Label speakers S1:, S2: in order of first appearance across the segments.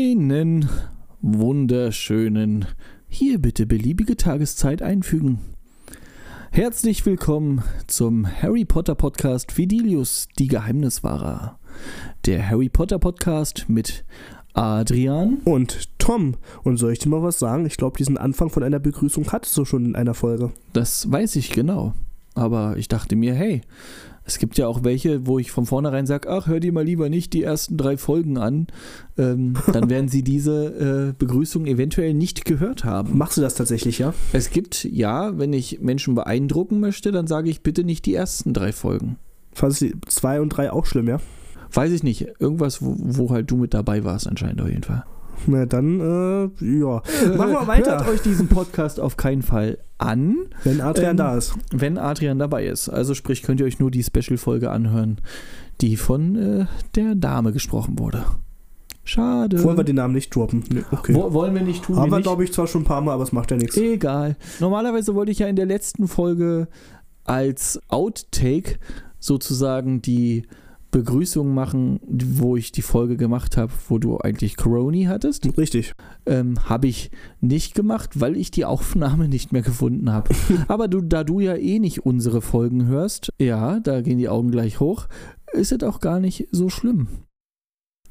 S1: Einen wunderschönen. Hier bitte beliebige Tageszeit einfügen. Herzlich willkommen zum Harry Potter Podcast Fidelius, die Geheimniswahrer. Der Harry Potter Podcast mit Adrian.
S2: Und Tom, und soll ich dir mal was sagen? Ich glaube, diesen Anfang von einer Begrüßung hattest du schon in einer Folge.
S1: Das weiß ich genau. Aber ich dachte mir, hey, es gibt ja auch welche, wo ich von vornherein sage, ach, hör dir mal lieber nicht die ersten drei Folgen an. Ähm, dann werden sie diese äh, Begrüßung eventuell nicht gehört haben.
S2: Machst du das tatsächlich, ja?
S1: Es gibt, ja, wenn ich Menschen beeindrucken möchte, dann sage ich bitte nicht die ersten drei Folgen.
S2: Fandest du die zwei und drei auch schlimm, ja?
S1: Weiß ich nicht. Irgendwas, wo, wo halt du mit dabei warst, anscheinend auf jeden Fall.
S2: Na dann, äh, ja. Machen wir
S1: Hört
S2: weiter.
S1: euch diesen Podcast auf keinen Fall an,
S2: Wenn Adrian
S1: Ähm,
S2: da ist.
S1: wenn Adrian dabei ist. Also sprich, könnt ihr euch nur die Special-Folge anhören, die von äh, der Dame gesprochen wurde. Schade.
S2: Wollen wir den Namen nicht droppen? äh, Nee, okay.
S1: Wo- wollen wir nicht tun.
S2: Haben
S1: wir
S2: wir,
S1: nicht.
S2: glaube ich, zwar schon ein paar Mal, aber es macht ja nichts.
S1: Egal. Normalerweise wollte ich ja in der letzten Folge als Outtake sozusagen die Begrüßung machen, wo ich die Folge gemacht habe, wo du eigentlich Crony hattest.
S2: Richtig.
S1: Ähm, habe ich nicht gemacht, weil ich die Aufnahme nicht mehr gefunden habe. Aber du, da du ja eh nicht unsere Folgen hörst, ja, da gehen die Augen gleich hoch, ist es auch gar nicht so schlimm.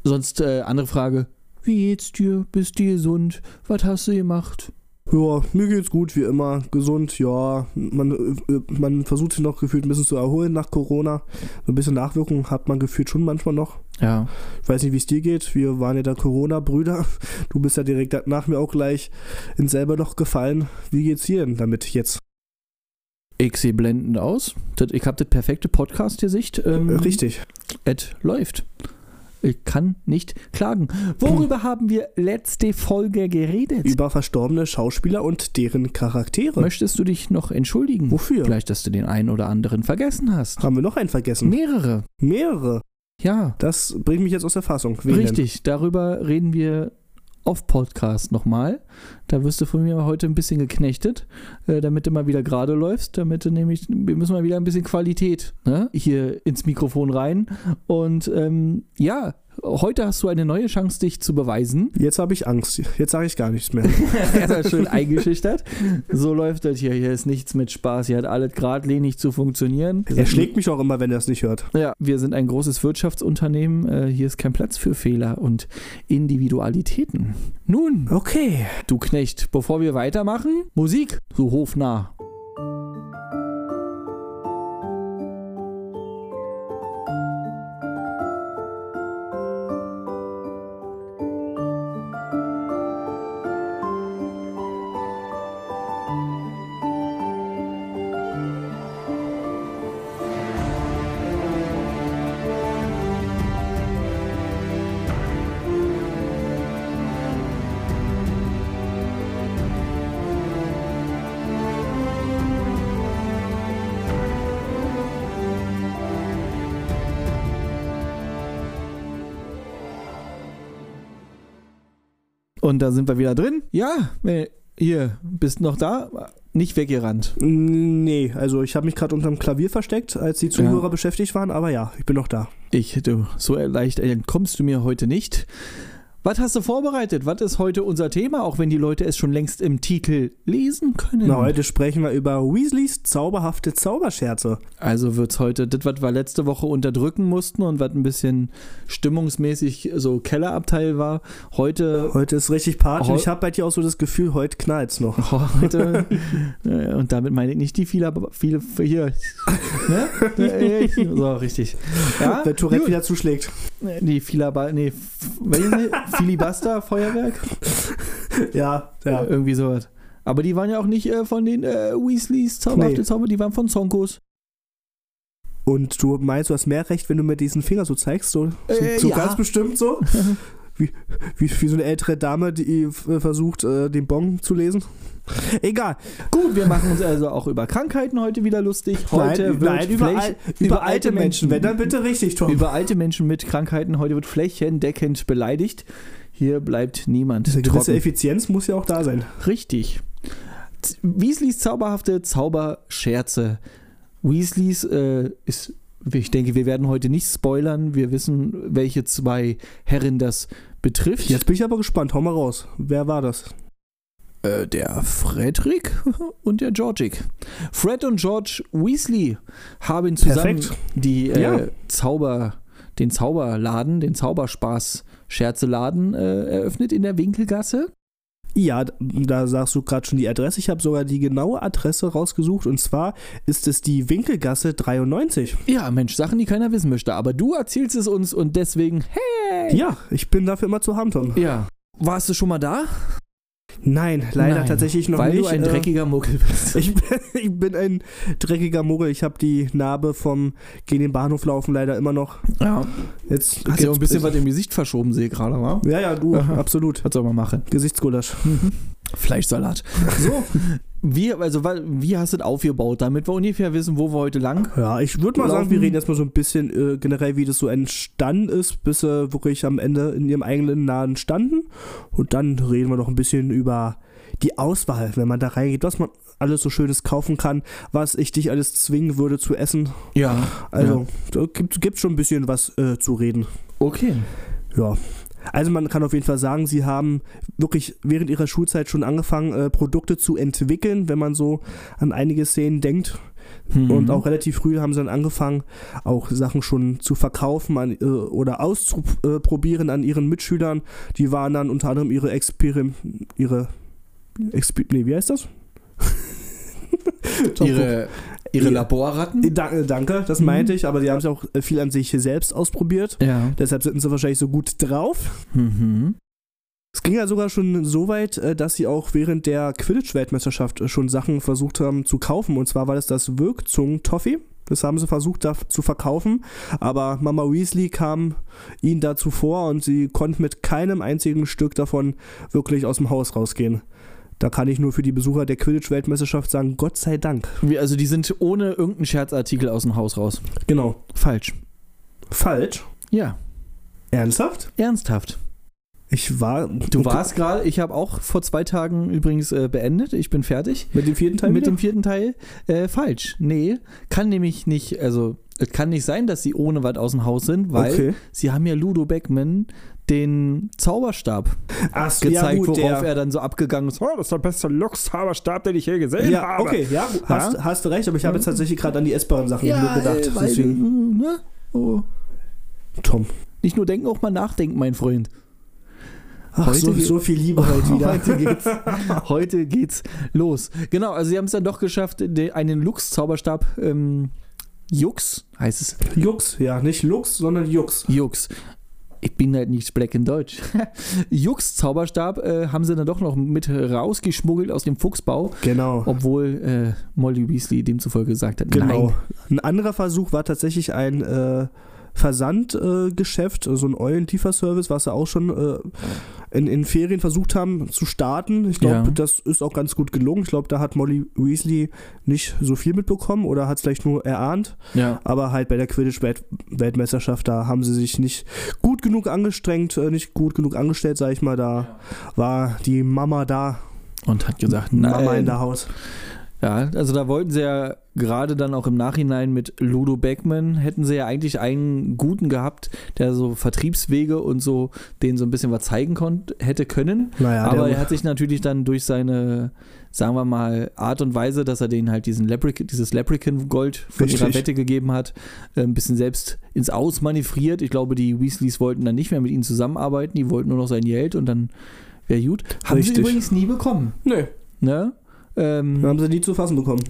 S1: Sonst äh, andere Frage. Wie geht's dir? Bist du gesund? Was hast du gemacht?
S2: Ja, mir geht's gut, wie immer. Gesund, ja. Man, äh, man versucht sich noch gefühlt ein bisschen zu erholen nach Corona. So Ein bisschen Nachwirkungen hat man gefühlt schon manchmal noch.
S1: Ja,
S2: Ich weiß nicht, wie es dir geht. Wir waren ja da Corona-Brüder. Du bist ja direkt nach mir auch gleich ins selber Loch gefallen. Wie geht's dir denn damit jetzt?
S1: Ich sehe blendend aus. Das, ich habe das perfekte Podcast-Gesicht. Ähm,
S2: Richtig.
S1: Es läuft. Ich kann nicht klagen. Worüber haben wir letzte Folge geredet?
S2: Über verstorbene Schauspieler und deren Charaktere.
S1: Möchtest du dich noch entschuldigen?
S2: Wofür?
S1: Vielleicht, dass du den einen oder anderen vergessen hast.
S2: Haben wir noch einen vergessen?
S1: Mehrere.
S2: Mehrere.
S1: Ja,
S2: Das bringt mich jetzt aus der Fassung. Wen denn?
S1: richtig. Darüber reden wir auf Podcast nochmal. Da wirst du von mir heute ein bisschen geknechtet, äh, damit du mal wieder gerade läufst, damit du nämlich, wir müssen mal wieder ein bisschen Qualität ne? hier ins Mikrofon rein. Und ähm, ja, heute hast du eine neue Chance, dich zu beweisen.
S2: Jetzt habe ich Angst. Jetzt sage ich gar nichts mehr.
S1: Erstmal schön eingeschüchtert. So läuft das hier. Hier ist nichts mit Spaß. Hier hat alles geradlinig zu funktionieren.
S2: Er schlägt mich auch immer, wenn er es nicht hört.
S1: Ja, wir sind ein großes Wirtschaftsunternehmen. Äh, hier ist kein Platz für Fehler und Individualitäten. Nun,
S2: Okay.
S1: du Knecht, bevor wir weitermachen, Musik, so hofnah. Und da sind wir wieder drin. Ja, äh, hier, bist noch da? Nicht weggerannt.
S2: Nee, also ich habe mich gerade unterm Klavier versteckt, als die Zuhörer beschäftigt waren, aber ja, ich bin noch da.
S1: Ich, du, so leicht entkommst du mir heute nicht. Was hast du vorbereitet? Was ist heute unser Thema, auch wenn die Leute es schon längst im Titel lesen können?
S2: Na, heute sprechen wir über Weasleys zauberhafte Zauberscherze.
S1: Also wird's heute, das, was wir letzte Woche unterdrücken mussten und was ein bisschen stimmungsmäßig so Kellerabteil war, heute.
S2: Heute ist richtig Party.
S1: Heu-
S2: Ich habe bei dir auch so das Gefühl, heute knallt's noch.
S1: Heute, äh, und damit meine ich nicht die viele, viele hier. Ne? So, richtig. Ja,
S2: Wenn Tourette
S1: gut.
S2: wieder zuschlägt.
S1: die Filaba, nee, F- welche- Filibuster-Feuerwerk?
S2: Ja, ja.
S1: Irgendwie sowas. Aber die waren ja auch nicht äh, von den äh, Weasleys, zauberhafte
S2: Nee.
S1: Zauber, die waren von Zonkos.
S2: Und du meinst, du hast mehr Recht, wenn du mir diesen Finger so zeigst, so,
S1: Äh,
S2: so
S1: ja.
S2: ganz bestimmt so? Wie, wie, wie so eine ältere Dame, die äh, versucht, äh, den Bon zu lesen. Egal.
S1: Gut, wir machen uns also auch über Krankheiten heute wieder lustig. Heute
S2: nein, nein über, al über alte Menschen. Wenn, dann bitte richtig, Tom.
S1: über alte Menschen mit Krankheiten heute wird flächendeckend beleidigt. Hier bleibt niemand
S2: Diese gewisse
S1: trocken.
S2: Effizienz muss ja auch da sein.
S1: Richtig. Z- Weasleys zauberhafte Zauberscherze. Weasleys äh, ist, ich denke, wir werden heute nicht spoilern. Wir wissen, welche zwei Herren das betrifft.
S2: Jetzt bin ich aber gespannt. Hau mal raus. Wer war das?
S1: Äh, der Frederick und der Georgic. Fred und George Weasley haben zusammen
S2: Perfekt.
S1: die äh,
S2: Ja.
S1: Zauber, den Zauberladen, den Zauberspaß-Scherzeladen äh, eröffnet in der Winkelgasse.
S2: Ja, d- da sagst du gerade schon die Adresse. Ich habe sogar die genaue Adresse rausgesucht. Und zwar ist es die Winkelgasse 93.
S1: Ja, Mensch, Sachen, die keiner wissen möchte. Aber du erzählst es uns und deswegen, hey!
S2: Ja, ich bin dafür immer zu haben, Tom.
S1: Ja. Warst du schon mal da?
S2: Nein, leider
S1: Nein,
S2: tatsächlich noch
S1: Weil
S2: nicht.
S1: du ein
S2: äh,
S1: dreckiger Muckel bist.
S2: Ich bin, ich bin ein dreckiger Muggel. Ich habe die Narbe vom gegen den Bahnhof laufen leider immer noch.
S1: ja.
S2: Jetzt
S1: Hast ja auch ein bisschen
S2: jetzt-
S1: was im Gesicht verschoben, sehe ich gerade, wa?
S2: Ja, ja, du,
S1: Aha.
S2: absolut.
S1: Was soll man machen?
S2: Gesichtsgulasch.
S1: Fleischsalat.
S2: So.
S1: Wie, also, wa- wie hast du das aufgebaut, damit wir ungefähr wissen, wo wir heute lang?
S2: Ja, ich würde mal sagen,
S1: Laufen.
S2: wir reden jetzt mal so ein bisschen äh, generell, wie das so entstanden ist, bis sie wirklich am Ende in ihrem eigenen Laden standen. Und dann reden wir noch ein bisschen über die Auswahl, wenn man da reingeht, was man alles so Schönes kaufen kann, was ich dich alles zwingen würde zu essen.
S1: Ja.
S2: Also, da gibt es schon ein bisschen was äh, zu reden.
S1: Okay.
S2: Ja. Also man kann auf jeden Fall sagen, sie haben wirklich während ihrer Schulzeit schon angefangen, äh, Produkte zu entwickeln, wenn man so an einige Szenen denkt.
S1: Hm.
S2: Und auch relativ früh haben sie dann angefangen, auch Sachen schon zu verkaufen an, äh, oder auszuprobieren an ihren Mitschülern. Die waren dann unter anderem ihre Experim... ihre... Exper nee, wie heißt das? Tom,
S1: ihre, ihre
S2: Ihr-
S1: Laborratten?
S2: guck. Da, äh, danke, das
S1: Mhm.
S2: meinte ich, aber die haben es auch äh, viel an sich selbst ausprobiert.
S1: Ja.
S2: Deshalb sind sie wahrscheinlich so gut drauf.
S1: Mhm.
S2: Es ging ja sogar schon so weit, äh, dass sie auch während der Quidditch-Weltmeisterschaft äh, schon Sachen versucht haben zu kaufen. Und zwar war das das Wirkzungen-Toffee. Das haben sie versucht da f- zu verkaufen, aber Mama Weasley kam ihnen dazu vor und sie konnte mit keinem einzigen Stück davon wirklich aus dem Haus rausgehen. Da kann ich nur für die Besucher der Quidditch-Weltmeisterschaft sagen, Gott sei Dank.
S1: Wir- Also, die sind ohne irgendeinen Scherzartikel aus dem Haus raus.
S2: Genau.
S1: Falsch.
S2: Falsch?
S1: Ja.
S2: Ernsthaft?
S1: Ernsthaft.
S2: Ich war.
S1: Du warst gerade, ich habe auch vor zwei Tagen übrigens äh, beendet. Ich bin fertig.
S2: mit dem vierten Teil
S1: Mit
S2: wieder?
S1: dem vierten Teil. Äh, falsch. Nee, kann nämlich nicht, also es kann nicht sein, dass sie ohne was aus dem Haus sind, weil
S2: okay.
S1: sie haben ja Ludo Beckman den Zauberstab
S2: Ach so, ja,
S1: gezeigt,
S2: gut,
S1: worauf
S2: der-
S1: er dann so abgegangen ist. Oh, das ist der beste Luxzauberstab, den ich je gesehen
S2: Ja,
S1: habe.
S2: okay, ja, Hm? hast, hast du recht, aber ich habe jetzt tatsächlich gerade an die essbaren Sachen
S1: Ja,
S2: gedacht.
S1: äh, weil,
S2: deswegen.
S1: ne? oh.
S2: Tom.
S1: Nicht nur denken, auch mal nachdenken, mein Freund.
S2: Ach,
S1: Heute
S2: so,
S1: geht-
S2: so viel Liebe Oh, heute wieder.
S1: Heute geht's, heute geht's los. Genau, also sie haben es dann doch geschafft, de- einen Lux-Zauberstab, ähm, Jux heißt es,
S2: Jux, ja, nicht Lux, sondern Jux.
S1: Jux. Ich bin halt nicht black in Deutsch. Jux-Zauberstab äh, haben sie dann doch noch mit rausgeschmuggelt aus dem Fuchsbau,
S2: Genau.
S1: obwohl äh, Molly Weasley demzufolge gesagt hat,
S2: Genau.
S1: nein.
S2: Ein anderer Versuch war tatsächlich ein äh, Versandgeschäft, äh, Geschäft, so ein Eulenlieferservice, was sie auch schon äh, in, in Ferien versucht haben zu starten. Ich glaube,
S1: Ja.
S2: das ist auch ganz gut gelungen. Ich glaube, da hat Molly Weasley nicht so viel mitbekommen oder hat es vielleicht nur erahnt.
S1: Ja.
S2: Aber halt bei der Quidditch-Weltmeisterschaft, da haben sie sich nicht gut genug angestrengt, äh, nicht gut genug angestellt, sag ich mal. Da war die Mama da,
S1: Und hat gesagt,
S2: Mama in
S1: nein.
S2: der Haus.
S1: Ja, also da wollten sie ja gerade dann auch im Nachhinein mit Ludo Beckman, hätten sie ja eigentlich einen guten gehabt, der so Vertriebswege und so, den so ein bisschen was zeigen konnt, hätte können.
S2: Naja,
S1: Aber er
S2: der,
S1: hat sich natürlich dann durch seine, sagen wir mal, Art und Weise, dass er denen halt diesen Lepric dieses Leprechaun-Gold von ihrer
S2: Richtig.
S1: Wette gegeben hat, äh, ein bisschen selbst ins Aus manövriert. Ich glaube, die Weasleys wollten dann nicht mehr mit ihm zusammenarbeiten, die wollten nur noch sein Geld und dann wäre gut. Haben
S2: Richtig.
S1: sie übrigens nie bekommen.
S2: nö,
S1: Ne? Ähm,
S2: haben sie nie zu fassen bekommen.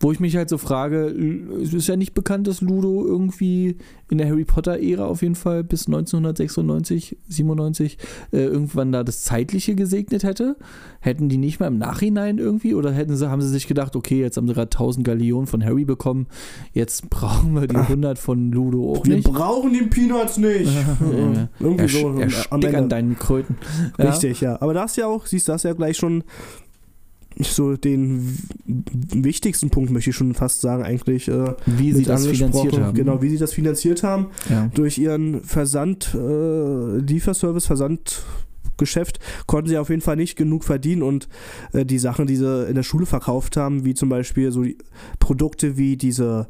S1: wo ich mich halt so frage, l- es ist ja nicht bekannt, dass Ludo irgendwie in der Harry Potter-Ära auf jeden Fall bis 1996, 97 äh, irgendwann da das Zeitliche gesegnet hätte. Hätten die nicht mal im Nachhinein irgendwie oder hätten sie, haben sie sich gedacht, okay, jetzt haben sie gerade 1000 Gallionen von Harry bekommen, jetzt brauchen wir die 100 von Ludo auch
S2: Wir
S1: nicht.
S2: brauchen den Peanuts nicht.
S1: Ja.
S2: Irgendwie
S1: Er,
S2: so.
S1: sch- er
S2: am
S1: stick
S2: Ende.
S1: an deinen Kröten.
S2: Richtig, ja. Aber das ja auch, siehst du, das ja gleich schon so den w- wichtigsten Punkt, möchte ich schon fast sagen, eigentlich. Äh,
S1: Ja, wie sie
S2: mit
S1: das finanziert
S2: angesprochen.
S1: haben.
S2: Genau, wie sie das finanziert haben.
S1: Ja.
S2: durch ihren Versand, äh, Lieferservice, Versand, Geschäft konnten sie auf jeden Fall nicht genug verdienen und äh, die Sachen, die sie in der Schule verkauft haben, wie zum Beispiel so die Produkte wie diese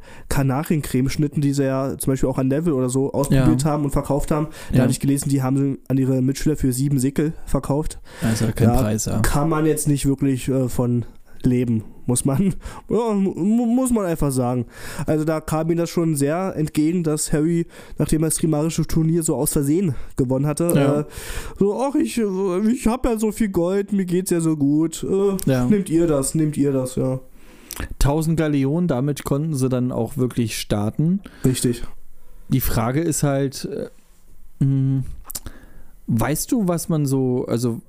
S2: Kalariencremeschnitten, die sie ja zum Beispiel auch an Level oder so ausprobiert haben und verkauft haben, da
S1: Ja.
S2: hatte ich gelesen, die haben sie an ihre Mitschüler für sieben Sickel verkauft.
S1: Also kein
S2: Ja,
S1: Preis, ja.
S2: Kann man jetzt nicht wirklich äh, von leben, muss man, ja, mu- muss man einfach sagen. Also da kam ihm das schon sehr entgegen, dass Harry, nachdem er das Grimarische Turnier so aus Versehen gewonnen hatte,
S1: Ja.
S2: äh, so, ach, ich, äh, ich habe ja so viel Gold, mir geht's ja so gut. Äh,
S1: Ja.
S2: Nehmt ihr das, nehmt ihr das, ja.
S1: 1000 Galeonen, damit konnten sie dann auch wirklich starten.
S2: Richtig.
S1: Die Frage ist halt, äh, mh, weißt du, was man so, also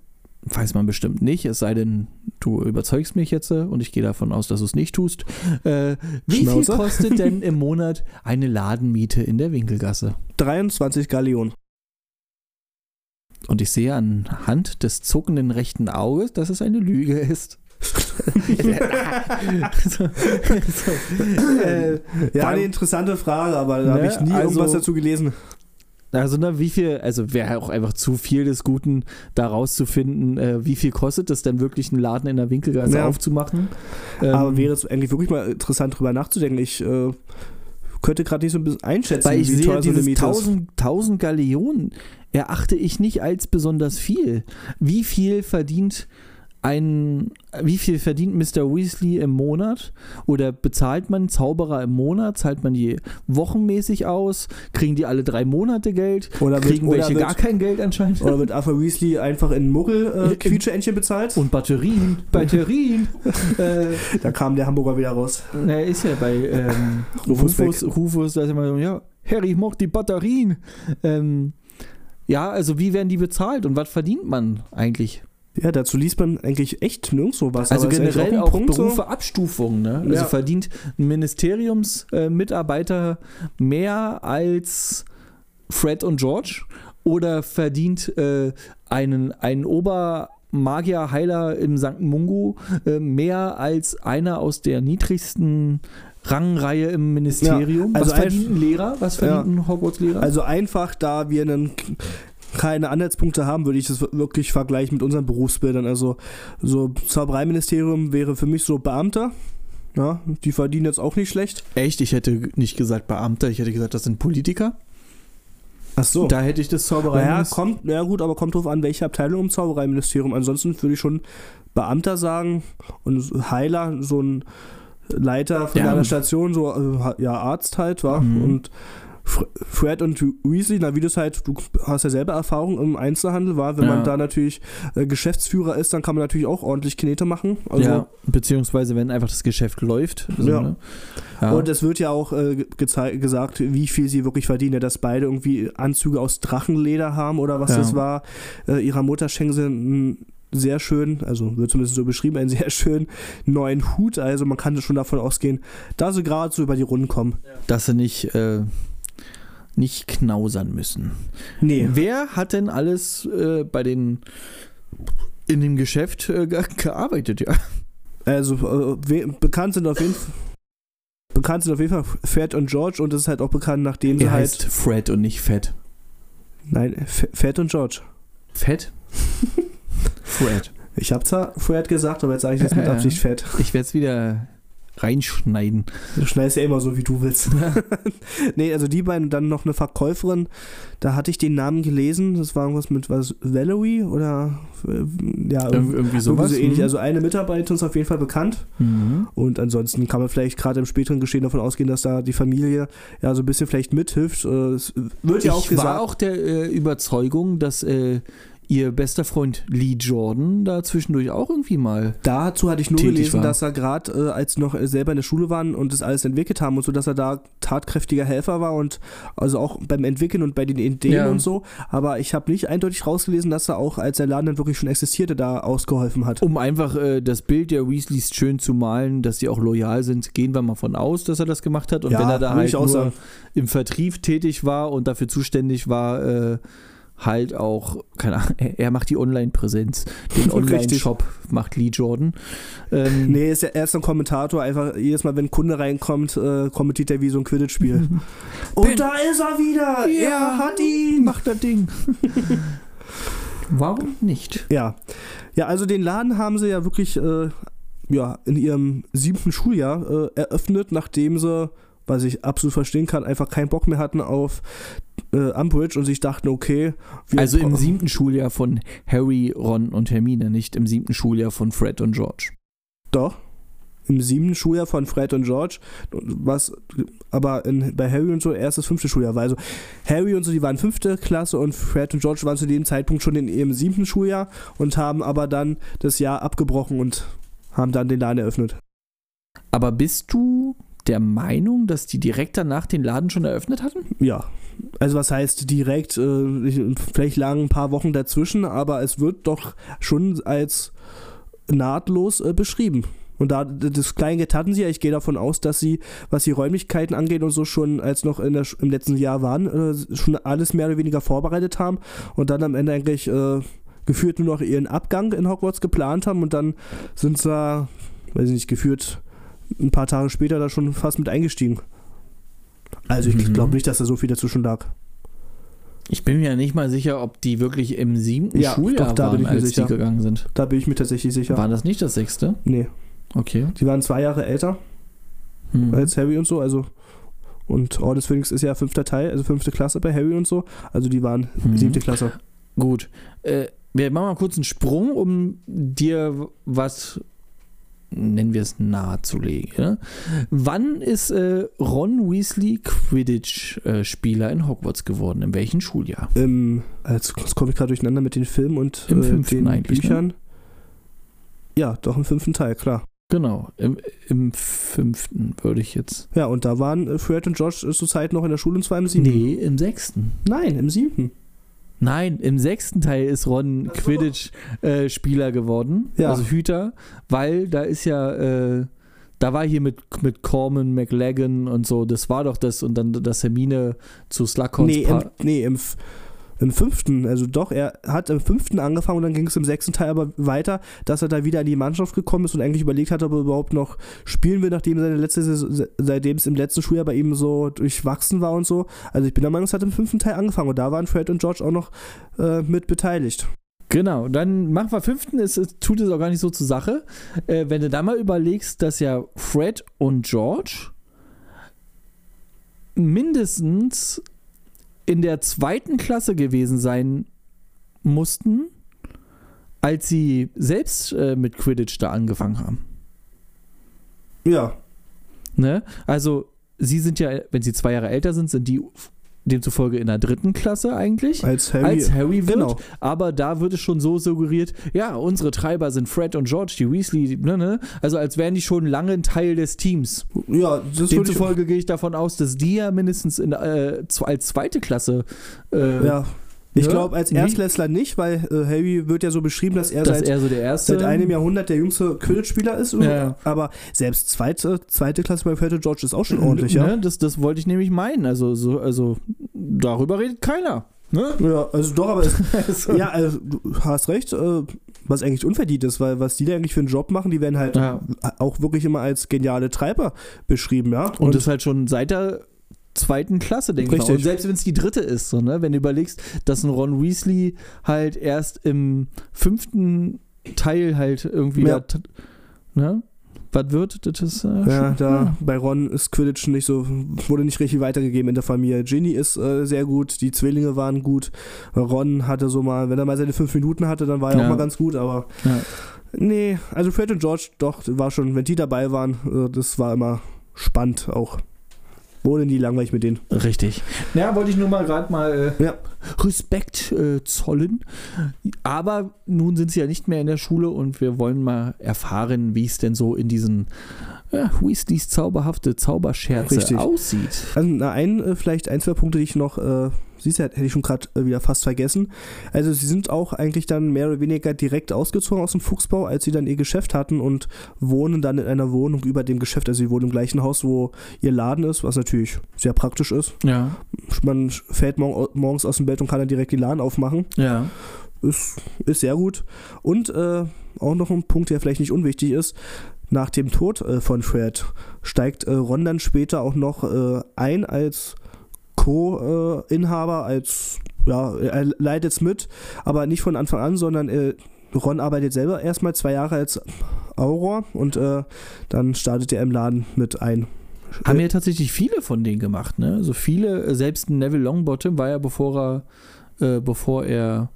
S1: weiß man bestimmt nicht, es sei denn, du überzeugst mich jetzt äh, und ich gehe davon aus, dass du es nicht tust. Äh, wie viel
S2: Schnauze?
S1: kostet denn im Monat eine Ladenmiete in der Winkelgasse?
S2: 23 Galleon.
S1: Und ich sehe anhand des zuckenden rechten Auges, dass es eine Lüge ist. so, so.
S2: äh, ja, eine interessante Frage, aber da habe
S1: Ne,
S2: ich nie
S1: also-
S2: irgendwas dazu gelesen.
S1: Also, na, wie viel, also wäre auch einfach zu viel des Guten, da rauszufinden, äh, wie viel kostet es denn wirklich, einen Laden in der Winkelgasse
S2: Ja.
S1: aufzumachen. Ähm,
S2: aber wäre es eigentlich wirklich mal interessant, drüber nachzudenken. Ich äh, könnte gerade nicht so ein bisschen einschätzen,
S1: weil ich
S2: wie
S1: sehe,
S2: teuer so eine
S1: dieses
S2: Miete ist.
S1: 1000, 1000 Galeonen erachte ich nicht als besonders viel. Wie viel verdient ein, wie viel verdient Mr. Weasley im Monat? Oder bezahlt man Zauberer im Monat? Zahlt man die wochenmäßig aus? Kriegen die alle drei Monate Geld?
S2: Oder wird,
S1: Kriegen
S2: oder,
S1: welche
S2: wird,
S1: gar kein Geld anscheinend?
S2: oder wird Arthur Weasley einfach in Muggel äh,
S1: In- Oh.
S2: Quietscheentchen bezahlt?
S1: Und Batterien, Batterien. äh,
S2: da kam der Hamburger wieder raus.
S1: Na, er ist ja bei ähm,
S2: Rufus
S1: Rufus, Rufus, da ist immer so, ja, Harry, ich mag die Batterien. Ähm, ja, also wie werden die bezahlt und was verdient man eigentlich?
S2: Ja, dazu liest man eigentlich echt nirgendwo was.
S1: also
S2: aber ist eigentlich
S1: generell
S2: ein
S1: auch,
S2: Punkt so.
S1: Berufe Abstufung, ne? Also
S2: Ja.
S1: verdient ein Ministeriumsmitarbeiter äh, Mitarbeiter mehr als Fred und George oder verdient äh, einen, einen Obermagier Heiler im St. Mungo äh, mehr als einer aus der niedrigsten Rangreihe im Ministerium.
S2: Ja, also
S1: Was verdient
S2: ein-
S1: ein Lehrer? Was verdient ein Hogwarts-Lehrer?
S2: Also einfach, da wir einen, keine Anhaltspunkte haben, würde ich das wirklich vergleichen mit unseren Berufsbildern. Also so Zaubereiministerium wäre für mich so Beamter. Ja, die verdienen jetzt auch nicht schlecht.
S1: Echt? Ich hätte nicht gesagt Beamter, ich hätte gesagt, das sind Politiker.
S2: Ach so.
S1: Da hätte ich das Zauberei.
S2: naja, kommt, ja gut, aber kommt drauf an, welche Abteilung im Zaubereiministerium. Ansonsten würde ich schon Beamter sagen und Heiler, so ein Leiter von
S1: Ja.
S2: einer Station, so äh, ja, Arzt halt, war.
S1: Mhm.
S2: Und Fre- Fred und Weasley, na wie das halt, du hast ja selber Erfahrung im Einzelhandel, war, wenn
S1: Ja.
S2: man da natürlich äh, Geschäftsführer ist, dann kann man natürlich auch ordentlich Knete machen. Also,
S1: ja, beziehungsweise wenn einfach das Geschäft läuft.
S2: Ja.
S1: ne? ja.
S2: Und es wird ja auch äh, ge- gezei- gesagt, wie viel sie wirklich verdienen, ja, dass beide irgendwie Anzüge aus Drachenleder haben oder was
S1: Ja.
S2: das war. Äh, ihrer Mutter schenken sie einen sehr schön, also wird zumindest so beschrieben, einen sehr schönen neuen Hut. Also man kann schon davon ausgehen, da sie gerade so über die Runden kommen.
S1: dass sie nicht, äh, nicht knausern müssen.
S2: Nee.
S1: Wer hat denn alles äh, bei den in dem Geschäft äh, ge gearbeitet, ja?
S2: Also äh, we- bekannt sind auf jeden Fall. Bekannt sind auf jeden Fall Fred und George und das ist halt auch bekannt, nachdem sie
S1: Er
S2: halt.
S1: heißt Fred und nicht Fett.
S2: Nein, F- Fred und George.
S1: Fett? Fred.
S2: Ich habe zwar Fred gesagt, aber jetzt sage ich das mit
S1: Ja, ja.
S2: Absicht Fred.
S1: Ich werde es wieder reinschneiden.
S2: Du schneidest ja immer so, wie du willst. nee, also die beiden und dann noch eine Verkäuferin. Da hatte ich den Namen gelesen. Das war irgendwas mit was Valerie oder äh, ja,
S1: Irg-
S2: irgendwie
S1: irgendwie
S2: so
S1: sowas.
S2: ähnlich.
S1: hm?
S2: Also eine Mitarbeiterin ist auf jeden Fall bekannt.
S1: mhm.
S2: Und ansonsten kann man vielleicht gerade im späteren Geschehen davon ausgehen, dass da die Familie ja so ein bisschen vielleicht mithilft. Äh, Es wird ja auch
S1: Also, ich war
S2: gesagt.
S1: auch der äh, Überzeugung, dass äh, ihr bester Freund Lee Jordan da zwischendurch auch irgendwie mal
S2: Dazu hatte ich nur
S1: tätig
S2: gelesen,
S1: war.
S2: dass er gerade, äh, als noch äh, selber in der Schule waren und das alles entwickelt haben und so, dass er da tatkräftiger Helfer war und also auch beim Entwickeln und bei den Ideen
S1: Ja.
S2: und so. Aber ich habe nicht eindeutig rausgelesen, dass er auch, als der Laden dann wirklich schon existierte, da ausgeholfen hat.
S1: Um einfach äh, das Bild der Weasleys schön zu malen, dass sie auch loyal sind, gehen wir mal von aus, dass er das gemacht hat. Und
S2: Ja,
S1: wenn er da
S2: würde
S1: halt
S2: ich auch
S1: nur
S2: sagen.
S1: im Vertrieb tätig war und dafür zuständig war, äh, halt auch, keine Ahnung, er er macht die Online-Präsenz. Den
S2: Richtig.
S1: Online-Shop macht Lee Jordan. Ähm,
S2: Nee, ist ja, er ist ein Kommentator, einfach jedes Mal, wenn ein Kunde reinkommt, äh, kommentiert er wie so ein Quidditch-Spiel. und da ist er wieder!
S1: Ja.
S2: Er hat ihn!
S1: Macht das Ding. Warum nicht?
S2: Ja. Ja, also den Laden haben sie ja wirklich äh, ja, in ihrem siebten Schuljahr äh, eröffnet, nachdem sie, was ich absolut verstehen kann, einfach keinen Bock mehr hatten auf äh, Umbridge und sich dachten, okay, wir
S1: Also im siebten Schuljahr von Harry, Ron und Hermine, nicht im siebten Schuljahr von Fred und George.
S2: Doch. Im siebten Schuljahr von Fred und George, was aber in, bei Harry und so erst das fünfte Schuljahr war. Also Harry und so, die waren fünfte Klasse und Fred und George waren zu dem Zeitpunkt schon in ihrem siebten Schuljahr und haben aber dann das Jahr abgebrochen und haben dann den Laden eröffnet.
S1: Aber bist du der Meinung, dass die direkt danach den Laden schon eröffnet hatten?
S2: Ja. Also was heißt direkt, äh, ich- vielleicht lagen ein paar Wochen dazwischen, aber es wird doch schon als nahtlos äh, beschrieben. Und da das Kleingeld hatten sie ja, ich gehe davon aus, dass sie, was die Räumlichkeiten angeht und so schon, als noch in der, Sch- im letzten Jahr waren, äh, schon alles mehr oder weniger vorbereitet haben und dann am Ende eigentlich äh, geführt nur noch ihren Abgang in Hogwarts geplant haben und dann sind sie, da, weiß ich nicht, geführt ein paar Tage später da schon fast mit eingestiegen. Also ich
S1: Mhm.
S2: glaube nicht, dass da so viel dazwischen lag.
S1: Ich bin mir ja nicht mal sicher, ob die wirklich im siebten
S2: Ja,
S1: Schuljahr
S2: doch, da
S1: waren,
S2: bin ich mir
S1: als
S2: sicher.
S1: die gegangen sind.
S2: Da bin ich mir tatsächlich sicher.
S1: War das nicht das sechste?
S2: Nee,
S1: Okay.
S2: die waren zwei Jahre älter
S1: Hm.
S2: als Harry und so, also und Orden des Phoenix ist ja fünfter Teil, also fünfte Klasse bei Harry und so, also die waren
S1: Mhm.
S2: siebte Klasse.
S1: Gut. Äh, wir machen mal kurz einen Sprung, um dir was, nennen wir es, nahezulegen. Ne? Wann ist äh, Ron Weasley Quidditch-Spieler in Hogwarts geworden? In welchem Schuljahr?
S2: Im, also das komme ich gerade durcheinander mit den Filmen und äh,
S1: Im fünften
S2: den
S1: eigentlich, ne?
S2: Büchern. Ja, doch im fünften Teil, klar.
S1: Genau, im, im fünften würde ich jetzt.
S2: Ja, und da waren äh, Fred und Josh äh, zur Zeit noch in der Schule und zwar im siebten.
S1: Nee, im sechsten.
S2: Nein, im siebten.
S1: Nein, im sechsten Teil ist Ron
S2: Ach so.
S1: Quidditch-Spieler geworden,
S2: Ja.
S1: also Hüter, weil da ist ja, äh, da war hier mit, mit Corman, McLagan und so, das war doch das und dann das Hermine zu Slughorns
S2: Nee,
S1: Pa-
S2: im, nee im, f- im fünften, also doch, er hat im fünften angefangen und dann ging es im sechsten Teil aber weiter, dass er da wieder in die Mannschaft gekommen ist und eigentlich überlegt hat, ob er überhaupt noch spielen will, nachdem seine letzte Saison- se- seitdem es im letzten Schuljahr bei ihm so durchwachsen war und so. Also ich bin der Meinung, es hat im fünften Teil angefangen und da waren Fred und George auch noch äh, mit beteiligt.
S1: Genau, dann machen wir fünften, es, es tut es auch gar nicht so zur Sache. Äh, wenn du da mal überlegst, dass ja Fred und George mindestens in der zweiten Klasse gewesen sein mussten, als sie selbst äh, mit Quidditch da angefangen haben.
S2: Ja,
S1: Ne? Also, sie sind ja, wenn sie zwei Jahre älter sind, sind die demzufolge in der dritten Klasse eigentlich.
S2: als Äh, Harry.
S1: Als Harry wird,
S2: Genau.
S1: aber da wird es schon so suggeriert, ja, unsere Treiber sind Fred und George, die Weasley, die- ne, ne? also als wären die schon lange ein Teil des Teams.
S2: ja, das würde ich,
S1: Demzufolge gehe ich davon aus, dass die ja mindestens in, äh, zwe- als zweite Klasse, äh,
S2: ja. Ich
S1: Ja,
S2: glaube, als
S1: nee.
S2: Erstklässler nicht, weil äh, Harry wird ja so beschrieben, dass er
S1: dass
S2: seit
S1: er so der erste.
S2: seit einem Jahrhundert der jüngste Quidditch-Spieler ist.
S1: Ja.
S2: Aber selbst zweite, zweite Klasse bei Fred und George ist auch schon ordentlich, ja.
S1: Ne? Das, das wollte ich nämlich meinen. Also, so, also darüber redet keiner. Ne?
S2: Ja, also doch, aber es,
S1: Also,
S2: ja, also, du hast recht, äh, was eigentlich unverdient ist, weil was die da eigentlich für einen Job machen, die werden halt
S1: Ja.
S2: auch wirklich immer als geniale Treiber beschrieben, ja.
S1: Und das ist halt schon seit der zweiten Klasse, denke ich mal.
S2: Richtig.
S1: Und selbst wenn es die dritte ist, so, ne? wenn du überlegst, dass ein Ron Weasley halt erst im fünften Teil halt irgendwie
S2: Ja.
S1: da, ne? Was wird, das ist äh,
S2: ja,
S1: schon-
S2: da bei Ron ist Quidditch nicht so, wurde nicht richtig weitergegeben in der Familie. Ginny ist äh, sehr gut, die Zwillinge waren gut. Ron hatte so mal, wenn er mal seine fünf Minuten hatte, dann war er
S1: Ja.
S2: auch mal ganz gut, aber
S1: Ja.
S2: nee, also Fred und George, doch, war schon, wenn die dabei waren, äh, das war immer spannend auch. Wurde nie langweilig mit denen.
S1: ja. Richtig. Ja, wollte ich nur mal gerade mal äh,
S2: Ja.
S1: Respekt äh, zollen. Aber nun sind sie ja nicht mehr in der Schule und wir wollen mal erfahren, wie es denn so in diesen ja, Weasleys zauberhafte Zauberscherze
S2: Richtig.
S1: aussieht.
S2: Also na, ein, äh, vielleicht ein, zwei Punkte, die ich noch, äh, siehst du, hätte ich schon gerade äh, wieder fast vergessen. Also sie sind auch eigentlich dann mehr oder weniger direkt ausgezogen aus dem Fuchsbau, als sie dann ihr Geschäft hatten und wohnen dann in einer Wohnung über dem Geschäft. Also sie wohnen im gleichen Haus, wo ihr Laden ist, was natürlich sehr praktisch ist.
S1: Ja,
S2: Man fällt mor morgens aus dem Bett und kann dann direkt den Laden aufmachen.
S1: ja.
S2: Ist, ist sehr gut. Und äh, auch noch ein Punkt, der vielleicht nicht unwichtig ist. Nach dem Tod äh, von Fred steigt äh, Ron dann später auch noch äh, ein als Co-Inhaber, als ja, er leidet es mit, aber nicht von Anfang an, sondern äh, Ron arbeitet selber erstmal zwei Jahre als Auror und äh, dann startet er im Laden mit ein.
S1: Haben ja tatsächlich viele von denen gemacht, ne? Also viele, selbst Neville Longbottom war ja, bevor er, äh, bevor er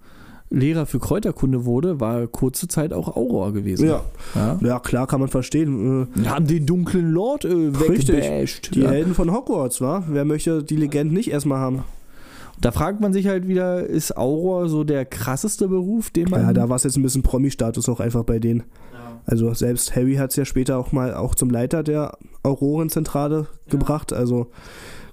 S1: Lehrer für Kräuterkunde wurde, war kurze Zeit auch Auror gewesen.
S2: Ja.
S1: Ja?
S2: Ja, klar, kann man verstehen. Äh,
S1: Haben den dunklen Lord äh,
S2: Richtig.
S1: weggebasht.
S2: Die
S1: Ja.
S2: Helden von Hogwarts, wa? Wer möchte die Legenden nicht erstmal haben?
S1: Da fragt man sich halt wieder, ist Auror so der krasseste Beruf, den man.
S2: Ja, da war es jetzt ein bisschen Promi-Status auch einfach bei denen. Also selbst Harry hat es ja später auch mal auch zum Leiter der Aurorenzentrale gebracht. Also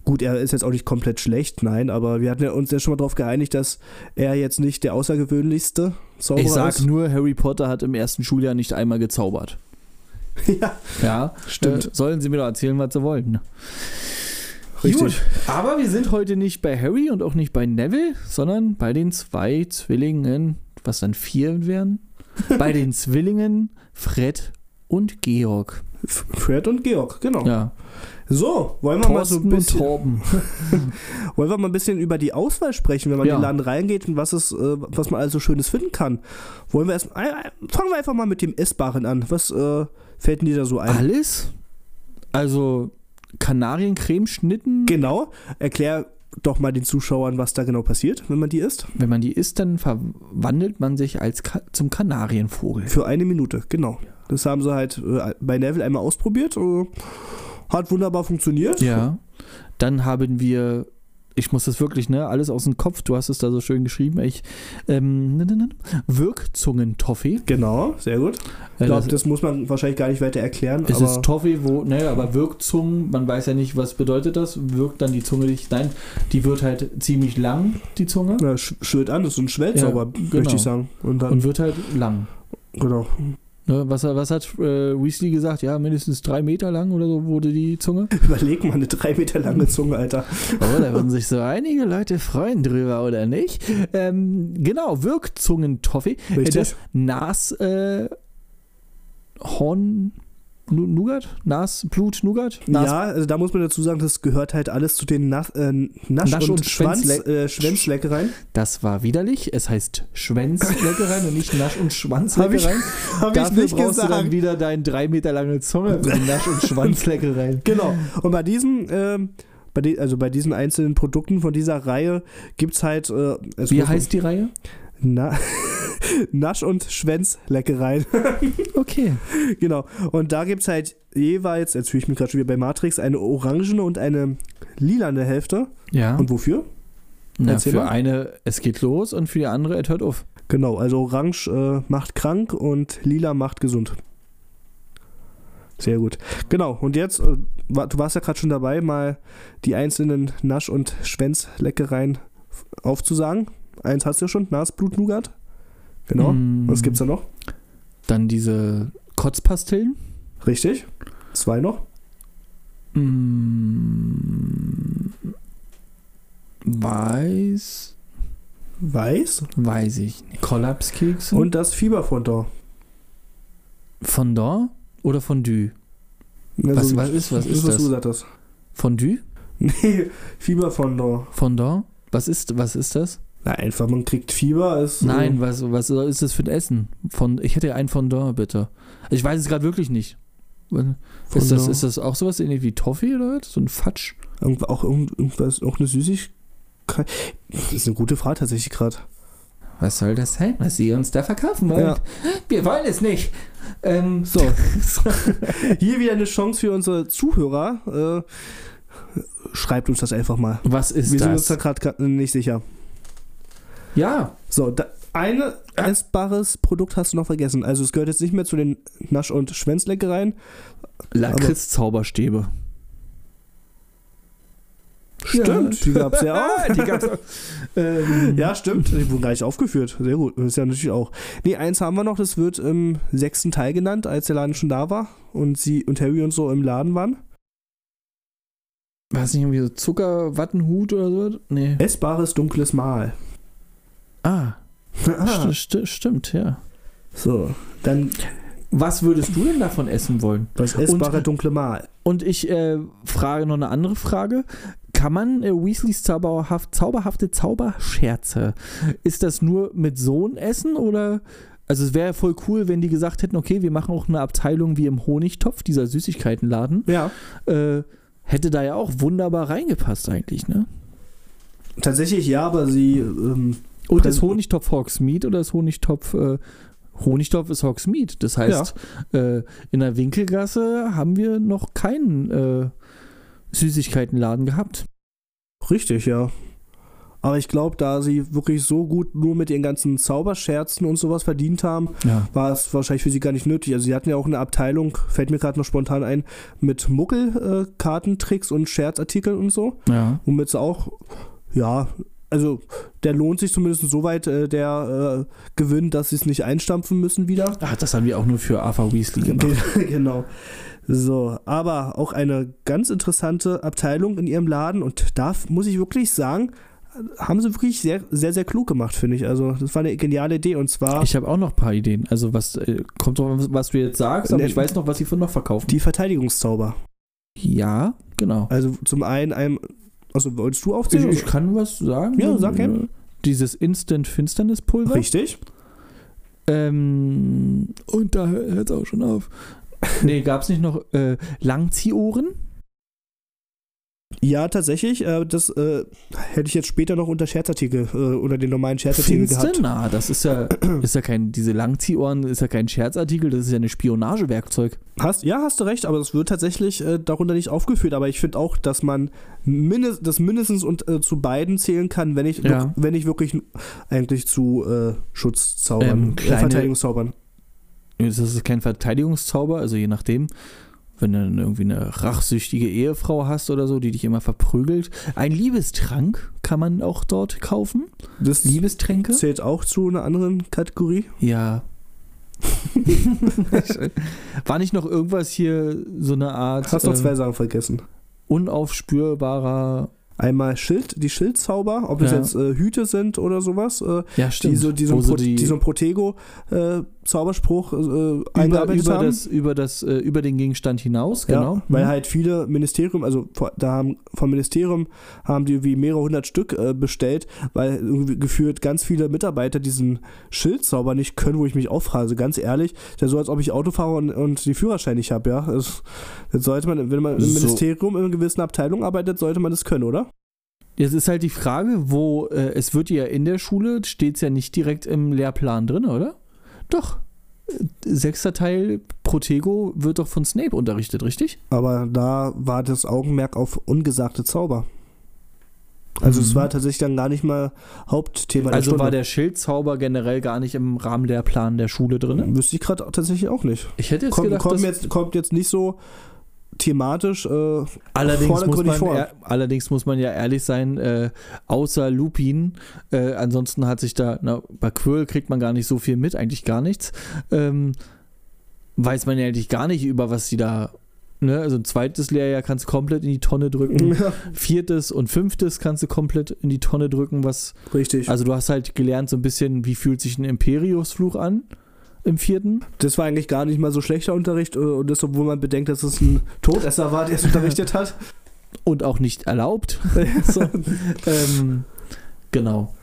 S2: gut, er ist jetzt auch nicht komplett schlecht, nein, aber wir hatten ja uns ja schon mal darauf geeinigt, dass er jetzt nicht der außergewöhnlichste Zauberer
S1: ich sag
S2: ist.
S1: nur, Harry Potter hat im ersten Schuljahr nicht einmal gezaubert.
S2: ja,
S1: Ja,
S2: Stimmt.
S1: Äh, sollen sie mir doch erzählen, was sie wollen. ne?
S2: Richtig.
S1: Äh, Gut, aber wir sind heute nicht bei Harry und auch nicht bei Neville, sondern bei den zwei Zwillingen, was dann vier wären. bei den Zwillingen Fred und Georg.
S2: F- Fred und Georg, genau.
S1: Ja,
S2: So, wollen wir, mal so ein
S1: Thorsten und
S2: bisschen,
S1: Torben.
S2: wollen wir mal ein bisschen über die Auswahl sprechen, wenn man
S1: Ja.
S2: in den Laden reingeht und was, es, äh, was man alles so Schönes finden kann. Wollen wir erst, äh, äh, fangen wir einfach mal mit dem Essbaren an. Was äh, fällt dir da so ein?
S1: Alles? Also Kanariencremeschnitten?
S2: Genau. Erklär doch mal den Zuschauern, was da genau passiert, wenn man die isst.
S1: Wenn man die isst, dann verwandelt man sich als Ka zum Kanarienvogel.
S2: Für eine Minute, genau. Das haben sie halt äh, bei Neville einmal ausprobiert. Äh, hat wunderbar funktioniert.
S1: Ja. Dann haben wir, ich muss das wirklich, ne, alles aus dem Kopf, du hast es da so schön geschrieben, ich, ähm, ne, ne, ne, Wirkzungen-Toffee.
S2: Genau, sehr gut. Ich
S1: Äh,
S2: glaube,
S1: das,
S2: das muss man wahrscheinlich gar nicht weiter erklären.
S1: es
S2: aber
S1: ist Toffee, wo, ne, aber Wirkzungen, man weiß ja nicht, was bedeutet das, wirkt dann die Zunge nicht, nein, die wird halt ziemlich lang, die Zunge,
S2: na, sch schwillt an, das ist so ein Schwellzauber,
S1: Ja, genau.
S2: möchte ich sagen. Und dann,
S1: und wird halt lang.
S2: genau.
S1: Ne, was, was hat äh, Weasley gesagt? Ja, mindestens drei Meter lang oder so wurde die Zunge.
S2: Überleg mal, eine drei Meter lange Zunge, Alter.
S1: Oh, da würden sich so einige Leute freuen drüber, oder nicht? Ähm, genau, Wirkzungentoffee. Äh,
S2: Richtig.
S1: Das Nas äh, Horn Nu- Nougat? Nas Blut Nougat? Nas
S2: ja, also da muss man dazu sagen, das gehört halt alles zu den Nas äh, Nasch,
S1: Nasch-
S2: und,
S1: und
S2: Schwanz
S1: Schwänzle-
S2: äh, Schwänzleckereien.
S1: Das war widerlich. Es heißt Schwänzleckerein und nicht Nasch- und Schwanzleckerein.
S2: Hab
S1: Dafür brauchst du dann wieder deinen drei Meter lange Zunge für die Nasch- und Schwanzleckerein.
S2: Genau. Und bei diesem, ähm, bei die, also bei diesen einzelnen Produkten von dieser Reihe gibt es halt. Äh, es
S1: Wie
S2: muss-
S1: heißt die Reihe?
S2: Na, Nasch- und Schwänzleckereien.
S1: Okay.
S2: genau. Und da gibt es halt jeweils, jetzt fühle ich mich gerade schon wieder bei Matrix, eine orangene und eine lilane Hälfte.
S1: Ja.
S2: Und wofür?
S1: Na,
S2: erzähl
S1: für
S2: mal.
S1: eine, es geht los und für die andere, es hört auf.
S2: Genau, also orange äh, macht krank und lila macht gesund. Sehr gut. Genau, und jetzt, äh, wa- du warst ja gerade schon dabei, mal die einzelnen Nasch- und Schwänzleckereien f- aufzusagen. Eins hast du ja schon, Nasblut-Nougat. Genau.
S1: Mm,
S2: Was gibt's da noch?
S1: Dann diese Kotzpastillen.
S2: Richtig. Zwei noch.
S1: Mm, weiß.
S2: Weiß.
S1: Weiß ich nicht. Kollapskekse.
S2: Und das Fieberfondor.
S1: Fondant oder Fondue? was,
S2: Also,
S1: was ist, was
S2: das
S1: ist
S2: was du
S1: das?
S2: gesagt hast.
S1: Fondue?
S2: Nee, Fieberfondor.
S1: Fondant? Was ist, was ist das?
S2: Na, einfach, man kriegt Fieber. Ist,
S1: Nein, was, was ist das für ein Essen? Von, ich hätte ein Fondant, bitte. Ich weiß es gerade wirklich nicht. Ist das, ist das auch sowas ähnlich wie Toffee oder was? So ein Fatsch?
S2: Irgendw auch irgend- irgendwas, auch eine Süßigkeit. Das ist eine gute Frage tatsächlich gerade.
S1: Was soll das sein, was ihr uns da verkaufen wollt?
S2: Ja.
S1: Wir wollen es nicht. Ähm,
S2: So. Hier wieder eine Chance für unsere Zuhörer. Äh, schreibt uns das einfach mal.
S1: was ist
S2: Wir sind uns
S1: das?
S2: da gerade nicht sicher.
S1: ja,
S2: So, da, eine essbares Produkt hast du noch vergessen. Also es gehört jetzt nicht mehr zu den Nasch- und Schwänzleckereien.
S1: Lakritz-Zauberstäbe.
S2: Stimmt, die gab es ja auch.
S1: die gab's auch. ähm,
S2: Ja, stimmt. Die wurden gar nicht aufgeführt. Sehr gut. Das ist ja natürlich auch. Nee, eins haben wir noch, das wird im sechsten Teil genannt, als der Laden schon da war und sie und Harry und so im Laden waren.
S1: War es nicht irgendwie so Zuckerwattenhut oder so? Nee.
S2: Essbares dunkles Mahl.
S1: Ah, st st stimmt, ja.
S2: So, dann
S1: Was würdest du denn davon essen wollen?
S2: das essbare dunkle Mahl.
S1: Und ich äh, frage noch eine andere Frage. Kann man äh, Weasleys zauberhaft, zauberhafte Zauberscherze, ist das nur mit Sohn essen oder? Also es wäre voll cool, wenn die gesagt hätten, okay, wir machen auch eine Abteilung wie im Honigtopf, dieser Süßigkeitenladen.
S2: Ja.
S1: Äh, hätte da ja auch wunderbar reingepasst eigentlich, ne?
S2: Tatsächlich ja, aber sie. Ähm,
S1: Und
S2: Präs-
S1: ist Honigtopf Hogsmeade oder ist Honigtopf äh, Honigtopf ist Hogsmeade. Das heißt, äh, in der Winkelgasse haben wir noch keinen äh, Süßigkeitenladen gehabt.
S2: Richtig, ja. Aber ich glaube, da sie wirklich so gut nur mit ihren ganzen Zauberscherzen und sowas verdient haben,
S1: Ja.
S2: war es wahrscheinlich für sie gar nicht nötig. Also sie hatten ja auch eine Abteilung, fällt mir gerade noch spontan ein, mit Muckelkartentricks und Scherzartikeln und so,
S1: ja.
S2: womit sie auch, ja, also der lohnt sich zumindest soweit äh, der äh, Gewinn, dass sie es nicht einstampfen müssen wieder.
S1: Ach, Ah, das haben wir auch nur für Arthur Weasley gemacht.
S2: Ge- genau. So, aber auch eine ganz interessante Abteilung in ihrem Laden und da f- muss ich wirklich sagen, haben sie wirklich sehr, sehr, sehr klug gemacht, finde ich. Also, das war eine geniale Idee und zwar
S1: Ich habe auch noch ein paar Ideen. Also was äh, kommt drauf, an, was du jetzt sagst, aber
S2: Nee.
S1: ich weiß noch, was sie von noch verkaufen.
S2: Ne, die Verteidigungszauber.
S1: ja, genau.
S2: Also, zum einen, einem, also wolltest du
S1: Ich,
S2: aufzählen?
S1: ich kann was sagen.
S2: Ja, sag her.
S1: Dieses Instant Finsternis Pulver.
S2: Richtig.
S1: Ähm, und da hört es auch schon auf. Nee, gab es nicht noch äh, Langziehohren?
S2: Ja, tatsächlich. Äh, das äh, hätte ich jetzt später noch unter Scherzartikel äh, oder den normalen Scherzartikel
S1: Finster?
S2: gehabt.
S1: Na, das ist ja, ist ja kein, diese Langziehohren ist ja kein Scherzartikel, das ist ja ein Spionagewerkzeug.
S2: Hast, ja, hast du recht, aber das wird tatsächlich äh, darunter nicht aufgeführt. Aber ich finde auch, dass man mindest, das mindestens und, äh, zu beiden zählen kann, wenn ich,
S1: Ja.
S2: wirk- wenn ich wirklich n- eigentlich zu äh, Schutzzaubern,
S1: Ähm, kleine-
S2: äh, Verteidigungszaubern.
S1: Das ist kein Verteidigungszauber, also je nachdem. Wenn du dann irgendwie eine rachsüchtige Ehefrau hast oder so, die dich immer verprügelt. Ein Liebestrank kann man auch dort kaufen.
S2: Das
S1: Liebestränke?
S2: zählt auch zu einer anderen Kategorie.
S1: Ja. War nicht noch irgendwas hier, so eine Art
S2: Hast noch
S1: ähm,
S2: zwei Sachen vergessen.
S1: unaufspürbarer.
S2: Einmal Schild, die Schildzauber, ob das
S1: Ja.
S2: jetzt äh, Hüte sind oder sowas, äh,
S1: Ja,
S2: die so, die so,
S1: Wo
S2: ein
S1: so
S2: Pro,
S1: die,
S2: die, so ein Protego-Zauberspruch äh,
S1: über,
S2: eingearbeitet
S1: über,
S2: haben.
S1: das, über, das, äh, über den Gegenstand hinaus, genau.
S2: Ja, weil
S1: Mhm.
S2: halt viele Ministerium, also vor- da haben vom Ministerium haben die irgendwie mehrere hundert Stück äh, bestellt, weil irgendwie geführt ganz viele Mitarbeiter diesen Schildzauber nicht können, wo ich mich auffrage. Ganz ehrlich, ist ja so, als ob ich Auto fahre und, und die Führerschein nicht habe, ja. Das, das sollte man, wenn man im
S1: So.
S2: Ministerium in einer gewissen Abteilung arbeitet, sollte man das können, oder?
S1: Jetzt ist halt die Frage, wo äh, es wird ja in der Schule, steht es ja nicht direkt im Lehrplan drin, oder? Doch. Äh, Sechster Teil Protego wird doch von Snape unterrichtet, richtig?
S2: Aber da war das Augenmerk auf ungesagte Zauber. Also es
S1: Mhm.
S2: war tatsächlich dann gar nicht mal Hauptthema der
S1: also
S2: Stunde.
S1: war der Schildzauber generell gar nicht im Rahmenlehrplan der Schule drin.
S2: Wüsste ich gerade tatsächlich auch nicht.
S1: Ich hätte jetzt
S2: kommt,
S1: gedacht,
S2: kommt,
S1: dass,
S2: jetzt, kommt jetzt nicht so thematisch. Äh,
S1: allerdings, muss
S2: vordergründig
S1: man,
S2: vor.
S1: ja- allerdings muss man ja ehrlich sein, äh, außer Lupin, äh, ansonsten hat sich da, na, bei Quirl kriegt man gar nicht so viel mit, eigentlich gar nichts, ähm, weiß man ja eigentlich gar nicht, über was sie da, ne, also ein zweites Lehrjahr kannst du komplett in die Tonne drücken, viertes und fünftes kannst du komplett in die Tonne drücken, was
S2: Richtig.
S1: Also du hast halt gelernt so ein bisschen, wie fühlt sich ein Imperiusfluch an im vierten.
S2: das war eigentlich gar nicht mal so schlechter Unterricht äh, und das, obwohl man bedenkt, dass es ein Todesser war, der es unterrichtet hat.
S1: Und auch nicht erlaubt. so. ähm, genau.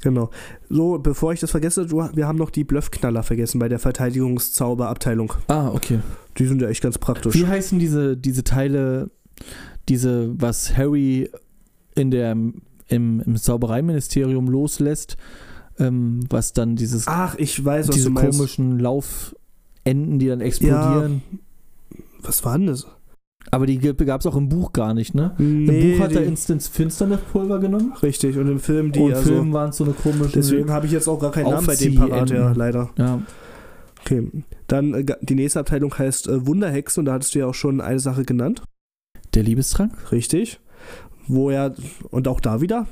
S2: Genau. So, bevor ich das vergesse, du, wir haben noch die Bluffknaller vergessen bei der Verteidigungszauberabteilung.
S1: Ah, okay.
S2: Die sind ja echt ganz praktisch.
S1: Wie heißen diese, diese Teile, diese, was Harry in der, im, im Zaubereiministerium loslässt, ähm, was dann dieses,
S2: Ach, ich weiß, was
S1: diese
S2: du meinst.
S1: komischen Laufenden, die dann explodieren.
S2: Was war denn das?
S1: Aber die gab es auch im Buch gar nicht, ne? Im Buch hat er
S2: die,
S1: Instance Finsternis-Pulver genommen.
S2: richtig. Und im Film die.
S1: und
S2: also,
S1: Filmen waren es so eine komische.
S2: deswegen habe ich jetzt auch gar keinen Namen bei dem
S1: Aufziehenden.
S2: parat, ja, leider.
S1: Ja.
S2: Okay, dann äh, ga- die nächste Abteilung heißt äh, Wunderhexe und da hattest du ja auch schon eine Sache genannt,
S1: Der Liebestrank?
S2: richtig? Wo ja, und auch da wieder,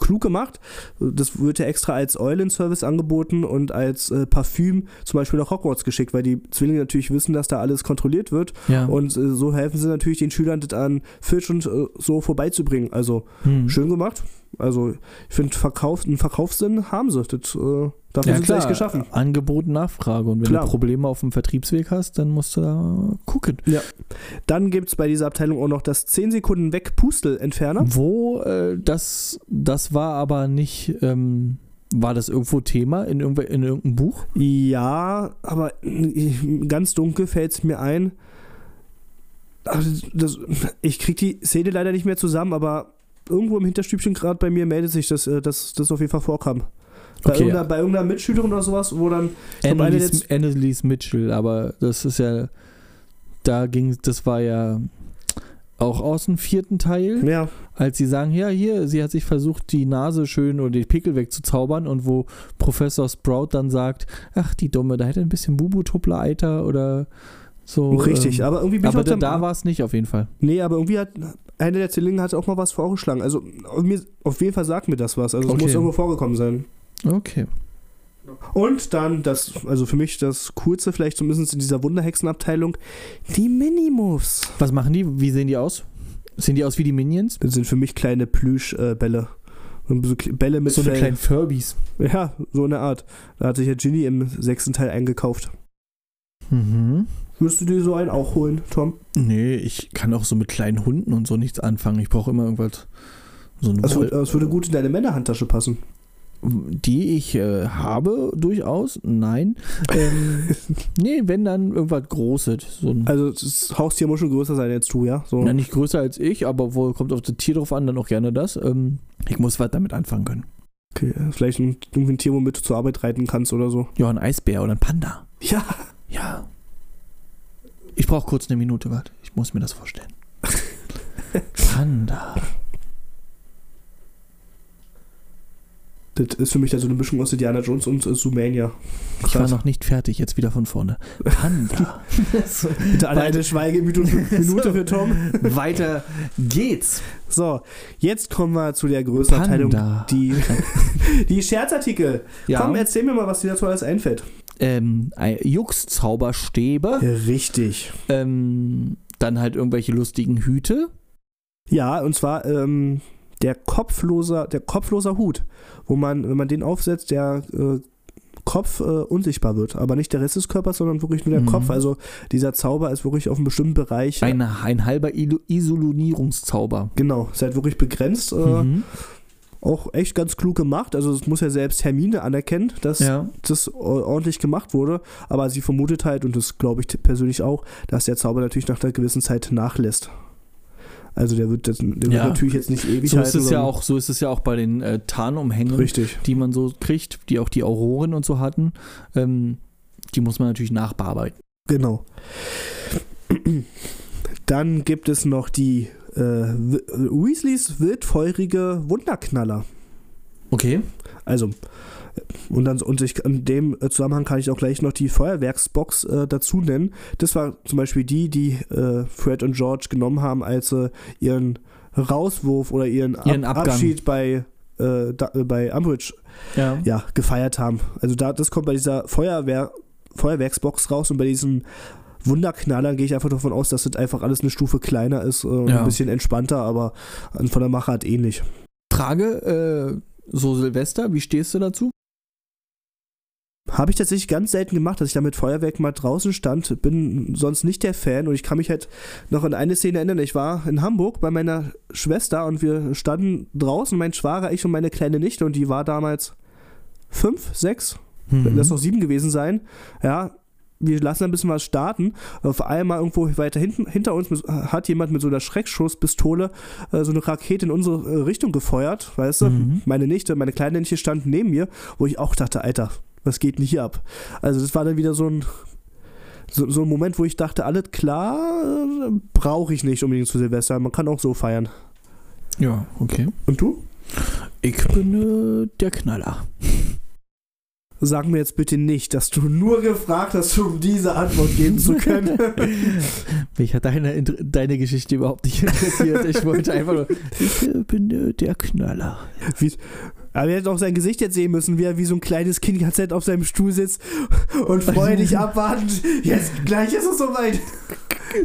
S2: klug gemacht. Das wird ja extra als Eulen-Service angeboten und als äh, Parfüm zum Beispiel nach Hogwarts geschickt, weil die Zwillinge natürlich wissen, dass da alles kontrolliert wird
S1: Ja.
S2: und äh, so helfen sie natürlich den Schülern, das an Fisch und äh, so vorbeizubringen. Also
S1: hm.
S2: schön gemacht, Also ich finde, Verkauf, einen Verkaufssinn haben sie. Das, äh, dafür
S1: Ja,
S2: sind sie echt
S1: klar.
S2: geschaffen.
S1: Angebot, Nachfrage. Und wenn
S2: Klar.
S1: du Probleme auf dem Vertriebsweg hast, dann musst du da gucken.
S2: Dann gibt es bei dieser Abteilung auch noch das 10 Sekunden weg Pustelentferner.
S1: Wo äh, das, das war aber nicht, ähm, war das irgendwo Thema in, irgendw in irgendeinem Buch?
S2: Ja, aber ich, ganz dunkel fällt es mir ein. Also Das, ich krieg die Szene leider nicht mehr zusammen, aber irgendwo im Hinterstübchen gerade bei mir meldet sich, dass, äh, dass das auf jeden Fall vorkam. Bei,
S1: Okay.
S2: irgendeiner, bei irgendeiner Mitschülerin oder sowas, wo dann glaub, eine
S1: Annelies,
S2: jetzt-
S1: Annelies Mitchell, aber das ist ja, da ging, das war ja auch aus dem vierten Teil,
S2: ja,
S1: als sie sagen, ja, hier, sie hat sich versucht, die Nase schön oder die Pickel wegzuzaubern und wo Professor Sprout dann sagt, ach, die Dumme, da hätte ein bisschen Bubu-Tuppler-Eiter oder so.
S2: richtig.
S1: ähm,
S2: aber irgendwie bin ich
S1: aber
S2: auch
S1: da,
S2: der-
S1: da war es nicht auf jeden Fall.
S2: Nee, aber irgendwie hat eine der Zwillinge hat auch mal was vorgeschlagen. Also auf mir, auf jeden Fall sagt mir das was. Also es
S1: Okay.
S2: muss irgendwo vorgekommen sein.
S1: Okay.
S2: Und dann das, also für mich das Kurze vielleicht zumindest in dieser Wunderhexenabteilung, die Minimuffs.
S1: Was machen die? Wie sehen die aus? Sehen die aus wie die Minions?
S2: Das sind für mich kleine Plüschbälle. So kle- Bälle mit
S1: so eine
S2: Fell.
S1: kleinen Furbies.
S2: Ja, so eine Art. Da hat sich ja Ginny im sechsten Teil eingekauft.
S1: Mhm.
S2: Würdest du dir so einen auch holen, Tom?
S1: Nee, ich kann auch so mit kleinen Hunden und so nichts anfangen. Ich brauche immer irgendwas. So eine
S2: Das,
S1: Woll-
S2: wür- das würde gut in deine Männerhandtasche passen.
S1: die ich äh, habe, durchaus. Nein. Ähm, nee, wenn dann irgendwas Großes. So ein,
S2: Also das Haustier muss schon größer sein als du, ja? So.
S1: na, nicht größer als ich, aber wohl kommt auf das Tier drauf an, dann auch gerne das. Ähm, ich muss was damit anfangen können.
S2: Okay, äh, vielleicht ein, irgendwie ein Tier, womit du zur Arbeit reiten kannst oder so.
S1: Ja, ein Eisbär oder ein Panda.
S2: Ja,
S1: Ja. Ich brauche kurz eine Minute, warte. Ich muss mir das vorstellen. Panda.
S2: das ist für mich da so eine Mischung aus Indiana Jones und äh, Sumania.
S1: Ich war
S2: Krass.
S1: noch nicht fertig, jetzt wieder von vorne. Panda.
S2: Bitte alle eine Schweigeminute Minute für Tom.
S1: Weiter geht's.
S2: So, jetzt kommen wir zu der größten Abteilung, die, die Scherzartikel. Komm, äh,
S1: Ja.
S2: erzähl mir mal, was dir dazu alles einfällt.
S1: Ähm, ein Juxzauberstäbe.
S2: Richtig.
S1: Ähm, dann halt irgendwelche lustigen Hüte.
S2: Ja, und zwar ähm, der kopfloser, der kopfloser Hut, wo man, wenn man den aufsetzt, der äh, Kopf äh, unsichtbar wird, aber nicht der Rest des Körpers, sondern wirklich nur der
S1: Mhm.
S2: Kopf. Also dieser Zauber ist wirklich auf einen bestimmten Bereich.
S1: Ein, ein halber Ilu- Isolierungszauber.
S2: Genau, ist halt wirklich begrenzt. Äh,
S1: Mhm.
S2: Auch echt ganz klug gemacht. Also es muss ja selbst Hermine anerkennen, dass
S1: Ja.
S2: das or- ordentlich gemacht wurde. Aber sie vermutet halt, und das glaube ich t- persönlich auch, dass der Zauber natürlich nach einer gewissen Zeit nachlässt. Also der wird, jetzt, der wird
S1: Ja.
S2: natürlich jetzt nicht ewig
S1: So ist,
S2: halten,
S1: es ja
S2: sondern-
S1: auch, so ist es ja auch bei den äh, Tarnumhängen.
S2: Richtig.
S1: die man so kriegt, die auch die Auroren und so hatten, ähm, die muss man natürlich nachbearbeiten.
S2: Genau. Dann gibt es noch die äh, Wi- Weasleys wildfeurige Wunderknaller.
S1: Okay.
S2: Also, und, dann, und ich, in dem Zusammenhang kann ich auch gleich noch die Feuerwerksbox äh, dazu nennen. Das war zum Beispiel die, die äh, Fred und George genommen haben, als sie ihren Rauswurf oder ihren, Ab
S1: Ihren Abgang.
S2: Abschied bei, äh, da, äh, bei Umbridge
S1: Ja.
S2: ja, gefeiert haben. Also da, das kommt bei dieser Feuerwehr, Feuerwerksbox raus und bei diesen Wunderknallern gehe ich einfach davon aus, dass das einfach alles eine Stufe kleiner ist äh, und
S1: Ja.
S2: ein bisschen entspannter, aber an- von der Machart ähnlich.
S1: Frage, äh, so Silvester, wie stehst du dazu?
S2: Habe ich tatsächlich ganz selten gemacht, dass ich da mit Feuerwerk mal draußen stand. Bin sonst nicht der Fan und ich kann mich halt noch an eine Szene erinnern. Ich war in Hamburg bei meiner Schwester und wir standen draußen, mein Schwager, ich und meine kleine Nichte und die war damals fünf, sechs,
S1: Mhm.
S2: lass noch sieben gewesen sein. Ja, wir lassen ein bisschen was starten. Auf einmal irgendwo weiter hinten, hinter uns mit, hat jemand mit so einer Schreckschusspistole äh, so eine Rakete in unsere äh, Richtung gefeuert, weißt du?
S1: Mhm.
S2: Meine Nichte, meine kleine Nichte stand neben mir, wo ich auch dachte, Alter, was geht denn hier ab? Also das war dann wieder so ein so, so ein Moment, wo ich dachte, alles klar, äh, brauche ich nicht unbedingt zu Silvester. Man kann auch so feiern.
S1: Ja, okay.
S2: Und du?
S1: Ich bin äh, der Knaller.
S2: Sag mir jetzt bitte nicht, dass du nur gefragt hast, um diese Antwort geben zu können.
S1: Mich hat deine, Inter- deine Geschichte überhaupt nicht interessiert. Ich wollte einfach nur, ich äh, bin äh, der Knaller.
S2: Aber er hätte auch sein Gesicht jetzt sehen müssen, wie er wie so ein kleines Kind die ganze Zeit auf seinem Stuhl sitzt und freudig abwartend. Jetzt, gleich ist es soweit.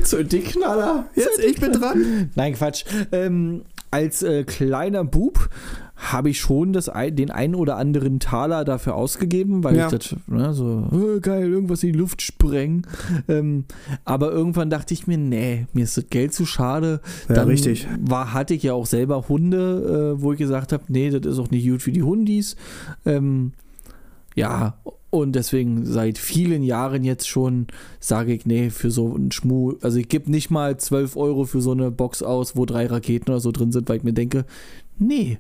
S1: So, die Knaller.
S2: Jetzt, ich bin dran.
S1: Nein, Quatsch. Ähm, als äh, kleiner Bub habe ich schon das, ein- den einen oder anderen Taler dafür ausgegeben, weil
S2: Ja.
S1: ich das, ne, so, äh, geil, irgendwas in die Luft sprengen. Ähm, aber irgendwann dachte ich mir, nee, mir ist das Geld zu schade.
S2: Ja,
S1: Dann
S2: richtig.
S1: War, hatte ich ja auch selber Hunde, äh, wo ich gesagt habe, nee, das ist auch nicht gut für die Hundis. Ähm, ja, und deswegen seit vielen Jahren jetzt schon sage ich, nee, für so einen Schmuh, also ich gebe nicht mal 12 Euro für so eine Box aus, wo drei Raketen oder so drin sind, weil ich mir denke, nee,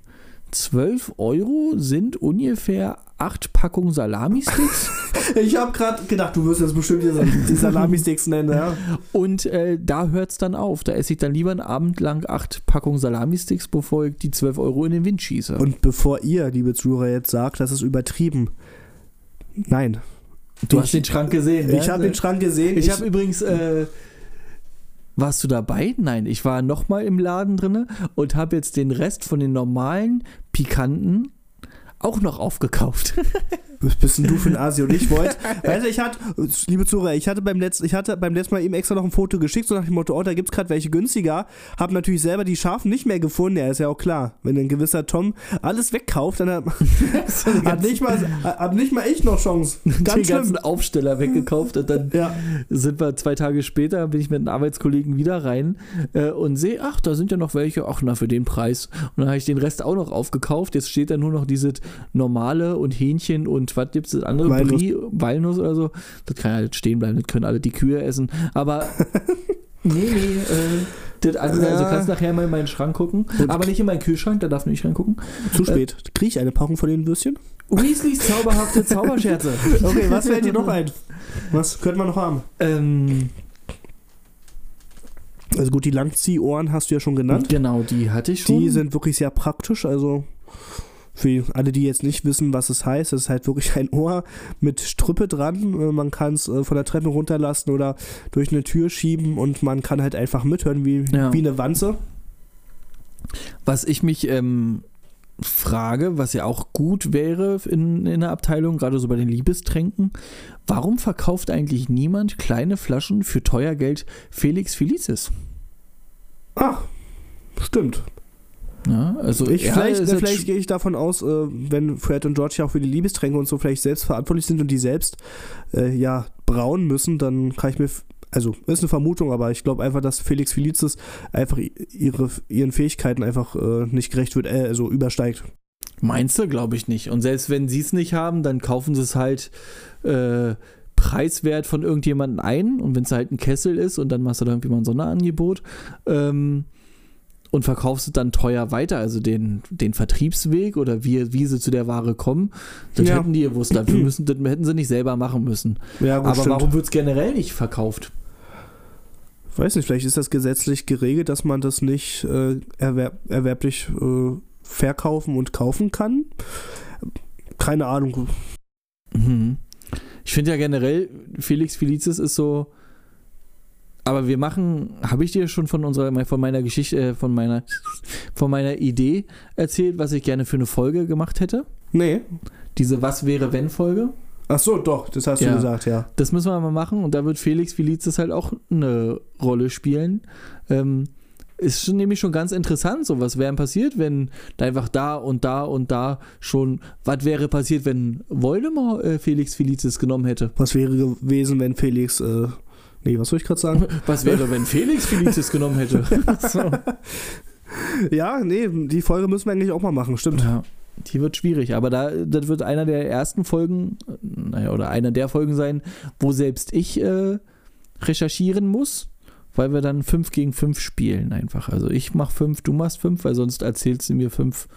S1: 12 Euro sind ungefähr acht Packungen Salami-Sticks
S2: Ich habe gerade gedacht, du wirst jetzt bestimmt die, Sa- die Salami-Sticks nennen, ja.
S1: und äh, da hört es dann auf. Da esse ich dann lieber einen Abend lang acht Packungen Salami-Sticks, bevor ich die 12 Euro in den Wind schieße.
S2: Und bevor ihr, liebe Zuhörer, jetzt sagt, das ist übertrieben. Nein.
S1: du
S2: ich-
S1: hast den Schrank gesehen.
S2: Ich habe den Schrank gesehen.
S1: Ich habe übrigens, äh, warst du dabei? Nein, ich war nochmal im Laden drinne und habe jetzt den Rest von den normalen Pikanten auch noch aufgekauft.
S2: Was bist denn du für ein Asi und ich wollte. Also ich hatte, liebe Zuhörer, ich hatte beim letzten, ich hatte beim letzten Mal eben extra noch ein Foto geschickt, so nach dem Motto, oh, da gibt's gerade welche günstiger. Hab natürlich selber die Schafen nicht mehr gefunden, ja, ist ja auch klar. Wenn ein gewisser Tom alles wegkauft, dann hat, hat, nicht, mal, hat nicht mal ich noch Chance.
S1: den
S2: Ganz schlimm.
S1: ganzen Aufsteller weggekauft und dann
S2: Ja.
S1: sind wir zwei Tage später, bin ich mit einem Arbeitskollegen wieder rein äh, und sehe, ach, da sind ja noch welche, ach na, für den Preis. Und dann habe ich den Rest auch noch aufgekauft. Jetzt steht da nur noch dieses normale und Hähnchen und was gibt es das andere?
S2: Walnuss.
S1: Brie, Walnuss oder so. Das kann ja jetzt stehen bleiben, das können alle die Kühe essen. Aber nee, nee, äh, das andere, also
S2: Ja.
S1: kannst nachher mal in meinen Schrank gucken,
S2: Und-
S1: aber nicht in meinen Kühlschrank, da darf man nicht reingucken.
S2: Zu spät. Krieg ich eine Packung von den Würstchen?
S1: Weasleys zauberhafte Zauberscherze.
S2: Okay, was fällt dir noch ein? Was könnte man noch haben?
S1: Ähm,
S2: Also gut, die Langziehohren hast du ja schon genannt.
S1: genau, die hatte ich schon.
S2: Die sind wirklich sehr praktisch, also für alle, die jetzt nicht wissen, was es heißt, es ist halt wirklich ein Ohr mit Strippe dran. Äh, Man kann es äh, von der Treppe runterlassen oder durch eine Tür schieben und man kann halt einfach mithören, wie,
S1: Ja.
S2: wie eine Wanze.
S1: Was ich mich ähm, frage, was ja auch gut wäre in, in der Abteilung, gerade so bei den Liebestränken, warum verkauft eigentlich niemand kleine Flaschen für teuer Geld Felix Felicis?
S2: Ach, Ah, stimmt.
S1: Ja, also
S2: Ich,
S1: ja,
S2: vielleicht ne,
S1: ist jetzt
S2: vielleicht gehe ich davon aus, äh, wenn Fred und George ja auch für die Liebestränke und so vielleicht selbst verantwortlich sind und die selbst äh, ja brauen müssen, dann kann ich mir, f- also ist eine Vermutung, aber ich glaube einfach, dass Felix Felicis einfach i- ihre, ihren Fähigkeiten einfach äh, nicht gerecht wird, äh, also übersteigt.
S1: Meinst du, glaube ich nicht. Und selbst wenn sie es nicht haben, dann kaufen sie es halt äh, preiswert von irgendjemandem ein. Und wenn es halt ein Kessel ist und dann machst du da irgendwie mal ein Sonderangebot ähm, und verkaufst es dann teuer weiter. Also den, den Vertriebsweg oder wie, wie sie zu der Ware kommen, das
S2: Ja.
S1: hätten die gewusst. Dafür müssen, das hätten sie nicht selber machen müssen.
S2: Ja,
S1: Aber warum wird es generell nicht verkauft?
S2: Weiß nicht, vielleicht ist das gesetzlich geregelt, dass man das nicht äh, erwerb erwerblich äh, verkaufen und kaufen kann. Keine Ahnung.
S1: Mhm. Ich finde ja generell, Felix Felicis ist so. Aber wir machen, habe ich dir schon von unserer, von meiner Geschichte, äh, von meiner, von meiner Idee erzählt, was ich gerne für eine Folge gemacht hätte?
S2: Nee.
S1: Diese Was wäre wenn Folge?
S2: Ach so, doch, das hast
S1: Ja.
S2: du gesagt, ja.
S1: Das müssen wir mal machen und da wird Felix Felicis halt auch eine Rolle spielen. Ähm, ist schon, nämlich schon ganz interessant, so was wäre passiert, wenn da einfach da und da und da schon, was wäre passiert, wenn Voldemort äh, Felix Felicis genommen hätte?
S2: Was wäre gewesen, wenn Felix. Äh, nee, was soll ich gerade sagen?
S1: Was wäre, wenn Felix Felicis genommen hätte? so.
S2: ja, nee, die Folge müssen wir eigentlich auch mal machen, stimmt.
S1: ja, die wird schwierig, aber da, das wird einer der ersten Folgen, äh, naja, oder einer der Folgen sein, wo selbst ich äh, recherchieren muss, weil wir dann 5 gegen 5 spielen einfach. Also ich mache 5, du machst 5, weil sonst erzählst du mir 5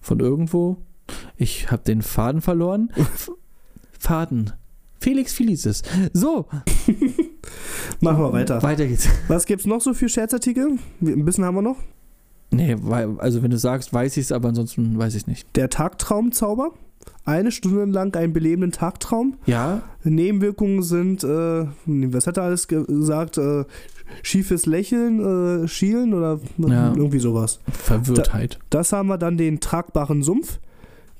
S1: von irgendwo. Ich habe den Faden verloren. F- Faden. Felix Felicis. So,
S2: Machen wir weiter.
S1: weiter geht's.
S2: Was gibt's noch so für Scherzartikel? Ein bisschen haben wir noch.
S1: Nee, weil, also wenn du sagst, weiß ich es, aber ansonsten weiß ich es nicht.
S2: Der Tagtraumzauber. Eine Stunde lang einen belebenden Tagtraum.
S1: Ja,
S2: Nebenwirkungen sind, äh, nee, was hat er alles ge- gesagt? Äh, schiefes Lächeln, äh, Schielen oder
S1: Ja.
S2: irgendwie sowas.
S1: Verwirrtheit.
S2: Das haben wir dann den tragbaren Sumpf,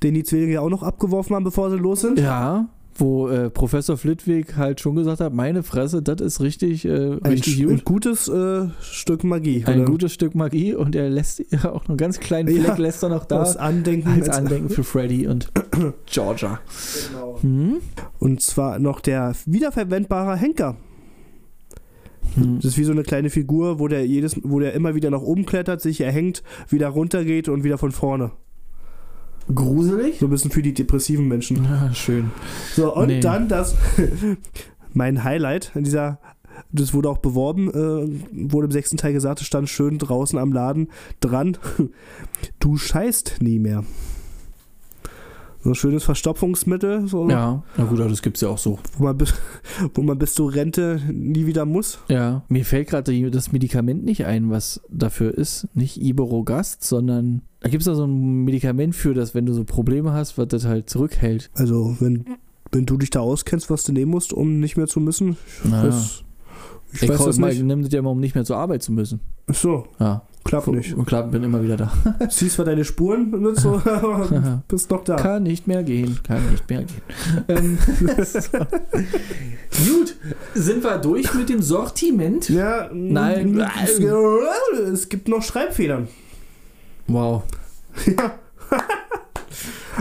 S2: den die Zwillinge ja auch noch abgeworfen haben, bevor sie los sind.
S1: ja, wo äh, Professor Flitwick halt schon gesagt hat, meine Fresse, das ist richtig, äh, richtig
S2: ein,
S1: gut.
S2: ein gutes äh, Stück Magie.
S1: Ein
S2: oder?
S1: gutes Stück Magie und er lässt ja auch nur einen ganz kleinen Fleck
S2: Ja,
S1: lässt er noch da
S2: das
S1: als
S2: Andenken. als-
S1: Andenken für Freddy und Georgia. Hm?
S2: Und zwar noch der wiederverwendbare Henker.
S1: Hm.
S2: Das ist wie so eine kleine Figur, wo der, jedes, wo der immer wieder nach oben klettert, sich erhängt, wieder runtergeht und wieder von vorne.
S1: Gruselig?
S2: So ein bisschen für die depressiven Menschen.
S1: Ah, schön.
S2: So, und
S1: Nee.
S2: dann das, mein Highlight in dieser, das wurde auch beworben, äh, wurde im sechsten Teil gesagt, es stand schön draußen am Laden dran, du scheißt nie mehr. So ein schönes Verstopfungsmittel, so, ne?
S1: Ja, na gut, aber das gibt's ja auch so.
S2: wo, man bis, wo man bis zur Rente nie wieder muss.
S1: Ja, mir fällt gerade das Medikament nicht ein, was dafür ist. Nicht Iberogast, sondern da gibt es da so ein Medikament für, dass wenn du so Probleme hast, was das halt zurückhält.
S2: Also, wenn, wenn du dich da auskennst, was du nehmen musst, um nicht mehr zu müssen,
S1: Na,
S2: das, ich
S1: ich
S2: weiß
S1: weiß
S2: das
S1: mal,
S2: nicht.
S1: nimm das ja mal, um nicht mehr zur Arbeit zu müssen.
S2: Ach So,
S1: Ja,
S2: klappt nicht.
S1: und klar, bin immer wieder da.
S2: Siehst zwar deine Spuren und so, aber bist noch da.
S1: Kann nicht mehr gehen, kann nicht mehr gehen. ähm, so. Gut, sind wir durch mit dem Sortiment?
S2: Ja, m-
S1: Nein.
S2: m- Es, es gibt noch Schreibfedern.
S1: Wow,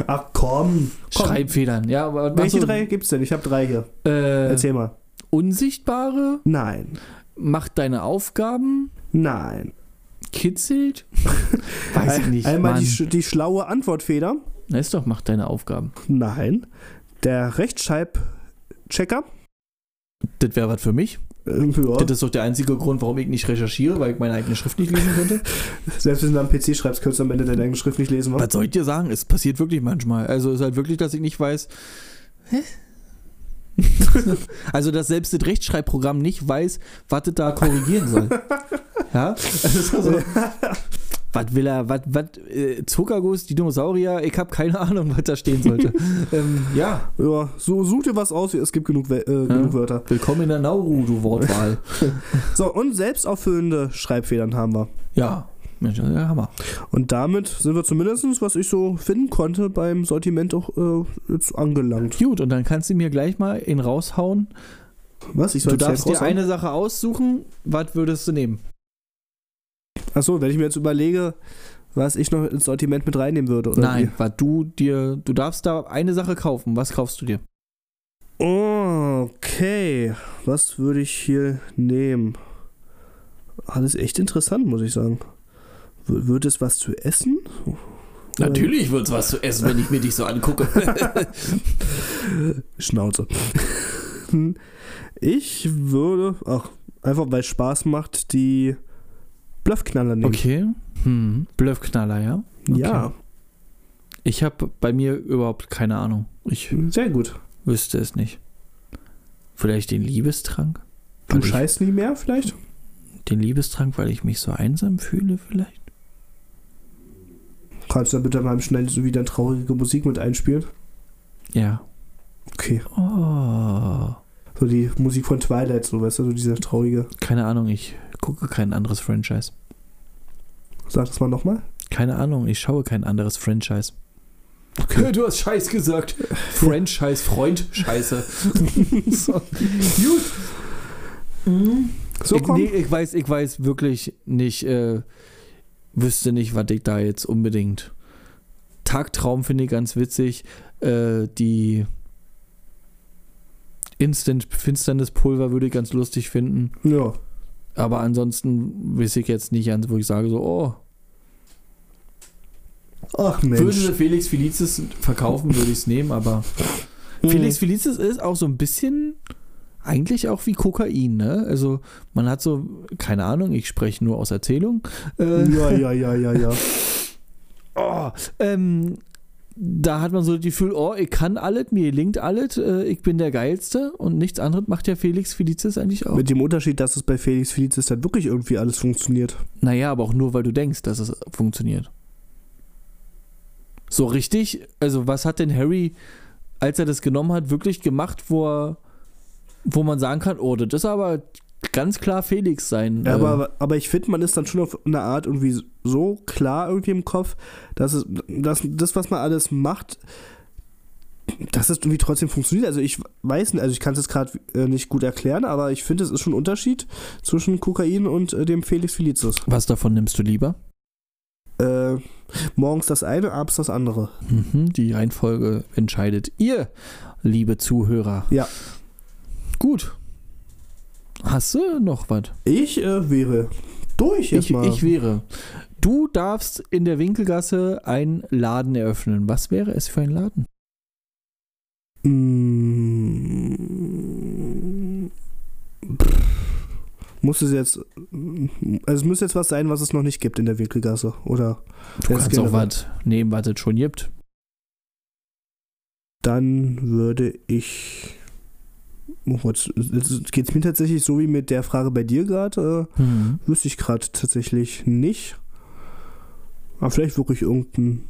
S2: Ach komm. komm.
S1: Schreibfedern. Ja, aber
S2: Welche
S1: Ach so,
S2: drei gibt's denn? Ich habe drei hier.
S1: Äh,
S2: Erzähl mal.
S1: unsichtbare,
S2: Nein.
S1: macht deine Aufgaben.
S2: Nein.
S1: kitzelt? Weiß ich nicht.
S2: Einmal
S1: Mann.
S2: die, sch- die schlaue Antwortfeder.
S1: Na, ist doch, mach deine Aufgaben.
S2: Nein. Der Rechtschreibchecker.
S1: Das wäre was für mich.
S2: Ähm, ja.
S1: Das ist doch der einzige Grund, warum ich nicht recherchiere, weil ich meine eigene Schrift nicht lesen könnte.
S2: Selbst wenn du am PC schreibst, kannst du am Ende deine eigene Schrift nicht lesen. wa?
S1: was soll ich dir sagen? Es passiert wirklich manchmal. Also ist halt wirklich, dass ich nicht weiß. Hä? also, dass selbst das Rechtschreibprogramm nicht weiß, was das da korrigieren soll. ja? Also, ist doch so, was will er, was, was, äh, Zuckerguss, Dinosaurier, ich habe keine Ahnung, was da stehen sollte. ähm, ja.
S2: Ja, so such dir was aus. Es gibt genug, We- äh, genug Wörter.
S1: Willkommen in der Nauru, du Wortwahl.
S2: So, und selbstauffüllende Schreibfedern haben wir.
S1: ja, Mensch, das ist ja Hammer.
S2: Und damit sind wir zumindestens, was ich so finden konnte, beim Sortiment auch äh, jetzt angelangt.
S1: Gut, und dann kannst du mir gleich mal in raushauen.
S2: Was? Ich
S1: Du
S2: soll jetzt
S1: darfst
S2: selbst
S1: dir eine Sache aussuchen. Was würdest du nehmen?
S2: Achso, wenn ich mir jetzt überlege, was ich noch ins Sortiment mit reinnehmen würde. Oder
S1: Nein, was du dir, du darfst da eine Sache kaufen. Was kaufst du dir?
S2: Wie? Okay. Was würde ich hier nehmen? Alles echt interessant, muss ich sagen. W wird es was zu essen? Oder-
S1: wird's was zu essen, wenn ich mir dich so angucke.
S2: Schnauze. ich würde, ach, einfach weil es Spaß macht, die Bluffknaller nehmen.
S1: okay. Hm. Bluffknaller, ja. okay.
S2: Ja,
S1: Ich habe bei mir überhaupt keine Ahnung. Ich
S2: sehr gut.
S1: wüsste es nicht. Vielleicht den Liebestrank?
S2: Du
S1: Weil ich-
S2: scheißt nie mehr vielleicht?
S1: Den Liebestrank, weil ich mich so einsam fühle, vielleicht?
S2: Kannst du da bitte mal schnell so wieder traurige Musik mit einspielen?
S1: Ja.
S2: Okay.
S1: Oh.
S2: So die Musik von Twilight, so weißt du, so diese traurige.
S1: Keine Ahnung, ich gucke kein anderes Franchise.
S2: Sag das mal nochmal.
S1: Keine Ahnung, ich schaue kein anderes Franchise. Du hast Scheiß gesagt. Franchise, Freund, Scheiße. so. Gut.
S2: So
S1: ich,
S2: komm.
S1: nee, ich weiß, ich weiß wirklich nicht, äh, wüsste nicht, was ich da jetzt unbedingt. Tagtraum finde ich ganz witzig. Äh, die Instant Finsternis Pulver würde ich ganz lustig finden.
S2: Ja.
S1: Aber ansonsten weiß ich jetzt nicht, wo ich sage so, oh,
S2: Ach
S1: Würde
S2: Mensch.
S1: sie Felix Felicis verkaufen, würde ich es nehmen, aber
S2: Hm.
S1: Felix Felicis ist auch so ein bisschen eigentlich auch wie Kokain, ne? Also man hat so, keine Ahnung, ich spreche nur aus Erzählung. Äh,
S2: Ja, ja, ja, ja, ja.
S1: oh, ähm, da hat man so das Gefühl, oh, ich kann alles, mir gelingt alles, äh, ich bin der Geilste und nichts anderes macht ja Felix Felicis eigentlich auch.
S2: Mit dem Unterschied, dass es bei Felix Felicis dann wirklich irgendwie alles funktioniert.
S1: Naja, aber auch nur, weil du denkst, dass es funktioniert. So richtig, also was hat denn Harry, als er das genommen hat, wirklich gemacht, wo, er, wo man sagen kann, oh, das ist aber ganz klar Felix sein.
S2: Ja,
S1: äh,
S2: aber, aber ich finde, man ist dann schon auf eine Art irgendwie so klar irgendwie im Kopf, dass es, dass das, was man alles macht, dass es irgendwie trotzdem funktioniert. Also ich weiß nicht, also ich kann es jetzt gerade äh, nicht gut erklären, aber ich finde, es ist schon ein Unterschied zwischen Kokain und äh, dem Felix Felicis.
S1: Was davon nimmst du lieber?
S2: Äh, morgens das eine, abends das andere.
S1: Mhm, die Reihenfolge entscheidet ihr, liebe Zuhörer.
S2: Ja.
S1: Gut. Hast du noch was?
S2: Ich äh, wäre durch
S1: Ich,
S2: erstmal.
S1: ich wäre. Du darfst in der Winkelgasse einen Laden eröffnen. Was wäre es für ein Laden?
S2: Mm. Pff. Muss es jetzt. Also es müsste jetzt was sein, was es noch nicht gibt in der Winkelgasse, oder?
S1: Du
S2: Jetzt
S1: kannst auch
S2: generell.
S1: was nehmen, was es schon gibt.
S2: Dann würde ich. Oh, jetzt jetzt geht es mir tatsächlich so wie mit der Frage bei dir gerade.
S1: Mhm.
S2: Äh, wüsste ich gerade tatsächlich nicht. Aber vielleicht wirklich irgendein,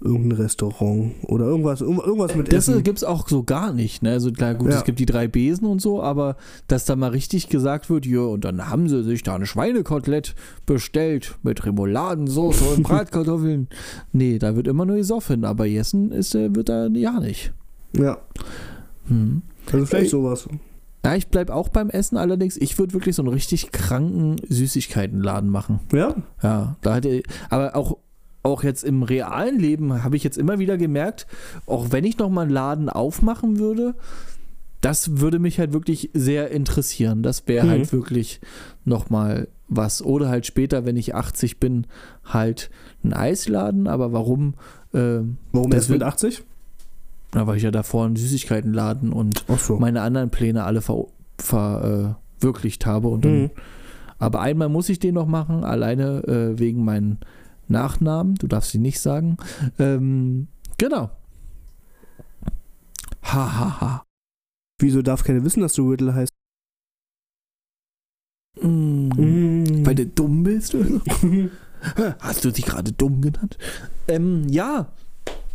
S2: irgendein Restaurant oder irgendwas, irgend- irgendwas mit
S1: Das
S2: Essen.
S1: gibt es auch so gar nicht. Ne? Also klar, gut,
S2: Ja.
S1: es gibt die drei Besen und so, aber dass da mal richtig gesagt wird, ja, und dann haben sie sich da ein Schweinekotelett bestellt mit Remouladensauce und Bratkartoffeln. Nee, da wird immer nur gesoffen, aber Jessen ist, äh, wird da ja nicht.
S2: Ja,
S1: Hm.
S2: also vielleicht
S1: Ey.
S2: sowas.
S1: Ja, ich bleib auch beim Essen, allerdings, ich würde wirklich so einen richtig kranken Süßigkeitenladen machen.
S2: Ja,
S1: Ja, da hätte, aber auch, auch jetzt im realen Leben habe ich jetzt immer wieder gemerkt, auch wenn ich nochmal einen Laden aufmachen würde, das würde mich halt wirklich sehr interessieren. Das wäre
S2: Mhm.
S1: halt wirklich nochmal was. Oder halt später, wenn ich 80 bin, halt einen Eisladen. Aber warum? Ähm,
S2: warum
S1: Das
S2: erst mit
S1: wird-
S2: 80?
S1: na, weil ich ja davor einen Süßigkeitenladen und
S2: Ach so.
S1: meine anderen Pläne alle ver, ver, äh, verwirklicht habe. Und dann
S2: Mhm.
S1: aber einmal muss ich den noch machen, alleine äh, wegen meinen Nachnamen. Du darfst ihn nicht sagen. Ähm, genau. Hahaha. Ha, ha.
S2: Wieso darf keiner wissen, dass du Whittle heißt?
S1: Mm.
S2: Hm.
S1: Weil du dumm bist? oder so? Hast du dich gerade dumm genannt? Ähm, ja.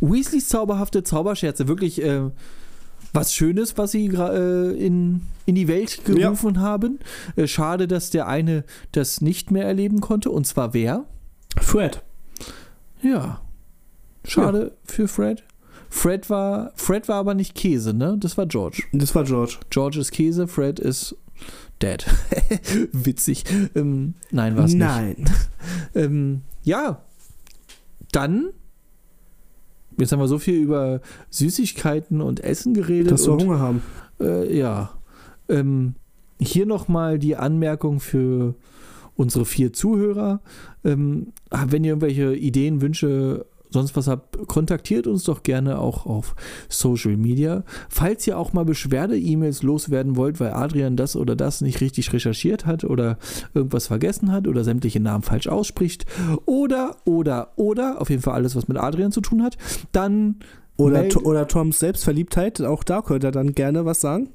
S1: Weasleys zauberhafte Zauberscherze. Wirklich äh, was Schönes, was sie gra- äh, in, in die Welt gerufen haben. Äh, schade, dass der eine das nicht mehr erleben konnte. Und zwar wer?
S2: Fred.
S1: Ja. Schade für Fred. Fred war, Fred war aber nicht Käse, ne? Das war George.
S2: Das war George.
S1: George ist Käse, Fred ist dead. Witzig. Ähm, nein, war es nicht.
S2: Nein.
S1: Ähm, ja. Dann. Jetzt haben wir so viel über Süßigkeiten und Essen geredet.
S2: Dass wir
S1: und,
S2: Hunger haben.
S1: äh, ja. Ähm, hier nochmal die Anmerkung für unsere vier Zuhörer. Ähm, wenn ihr irgendwelche Ideen, Wünsche, sonst was habt, kontaktiert uns doch gerne auch auf Social Media. Falls ihr auch mal Beschwerde-E-Mails loswerden wollt, weil Adrian das oder das nicht richtig recherchiert hat oder irgendwas vergessen hat oder sämtliche Namen falsch ausspricht oder, oder, oder, auf jeden Fall alles, was mit Adrian zu tun hat, dann
S2: Oder,
S1: Mel-
S2: To- oder Toms Selbstverliebtheit, auch da könnte er dann gerne was sagen.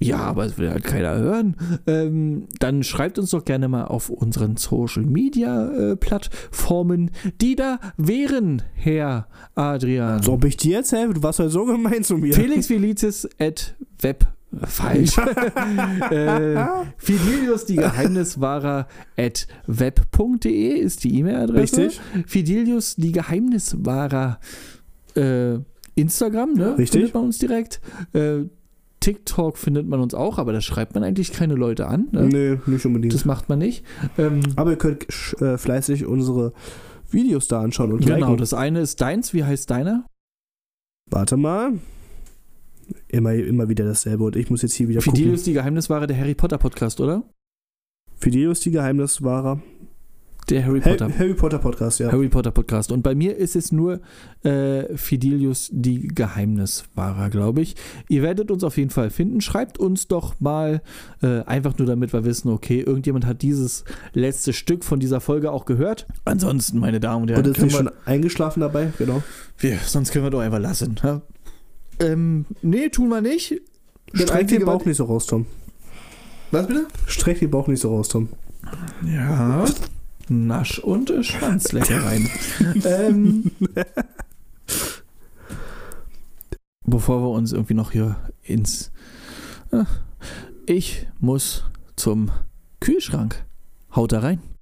S1: Ja, aber es will halt keiner hören. Ähm, dann schreibt uns doch gerne mal auf unseren Social Media äh, Plattformen, die da wären, Herr Adrian.
S2: So, ob ich dir jetzt helfe? Du warst halt so gemein zu mir.
S1: Felix Felicis at web. Falsch. äh, Fidelius, die Geheimniswahrer at web.de ist die E-Mail-Adresse.
S2: Richtig?
S1: Fidelius, die Geheimniswahrer äh, Instagram, ne?
S2: Richtig.
S1: Findet man uns direkt. Äh, TikTok findet man uns auch, aber da schreibt man eigentlich keine Leute an. Ne?
S2: Nee, Ah, nicht unbedingt.
S1: Das macht man nicht. Ähm,
S2: Aber ihr könnt sch- äh, fleißig unsere Videos da anschauen und
S1: genau,
S2: liken.
S1: das eine ist deins. Wie heißt deiner?
S2: Warte mal. Immer, immer wieder dasselbe und ich muss jetzt hier wieder
S1: Fidelius, die Geheimniswahre, der Harry Potter Podcast, oder?
S2: gucken. Fidelius, die Geheimniswahrer.
S1: Der Harry
S2: Harry
S1: Potter.
S2: Potter, Harry Potter Podcast, ja.
S1: Harry Potter Podcast. Und bei mir ist es nur äh, Fidelius die Geheimniswahrer, glaube ich. Ihr werdet uns auf jeden Fall finden. Schreibt uns doch mal äh, einfach nur, damit wir wissen, okay, irgendjemand hat dieses letzte Stück von dieser Folge auch gehört. Ansonsten, meine Damen und Herren,
S2: und ist
S1: können
S2: nicht
S1: wir,
S2: schon eingeschlafen dabei? Genau.
S1: wir, sonst können wir doch einfach lassen. Ja? Ähm, nee, tun wir nicht. Das
S2: Streck
S1: Einzige,
S2: den Bauch nicht so raus, Tom.
S1: Was bitte?
S2: Streck den Bauch nicht so raus, Tom.
S1: Ja. Nasch und äh, Schwanzleckereien. ähm, bevor wir uns irgendwie noch hier ins. äh, Ah, Ich muss zum Kühlschrank. Haut da rein.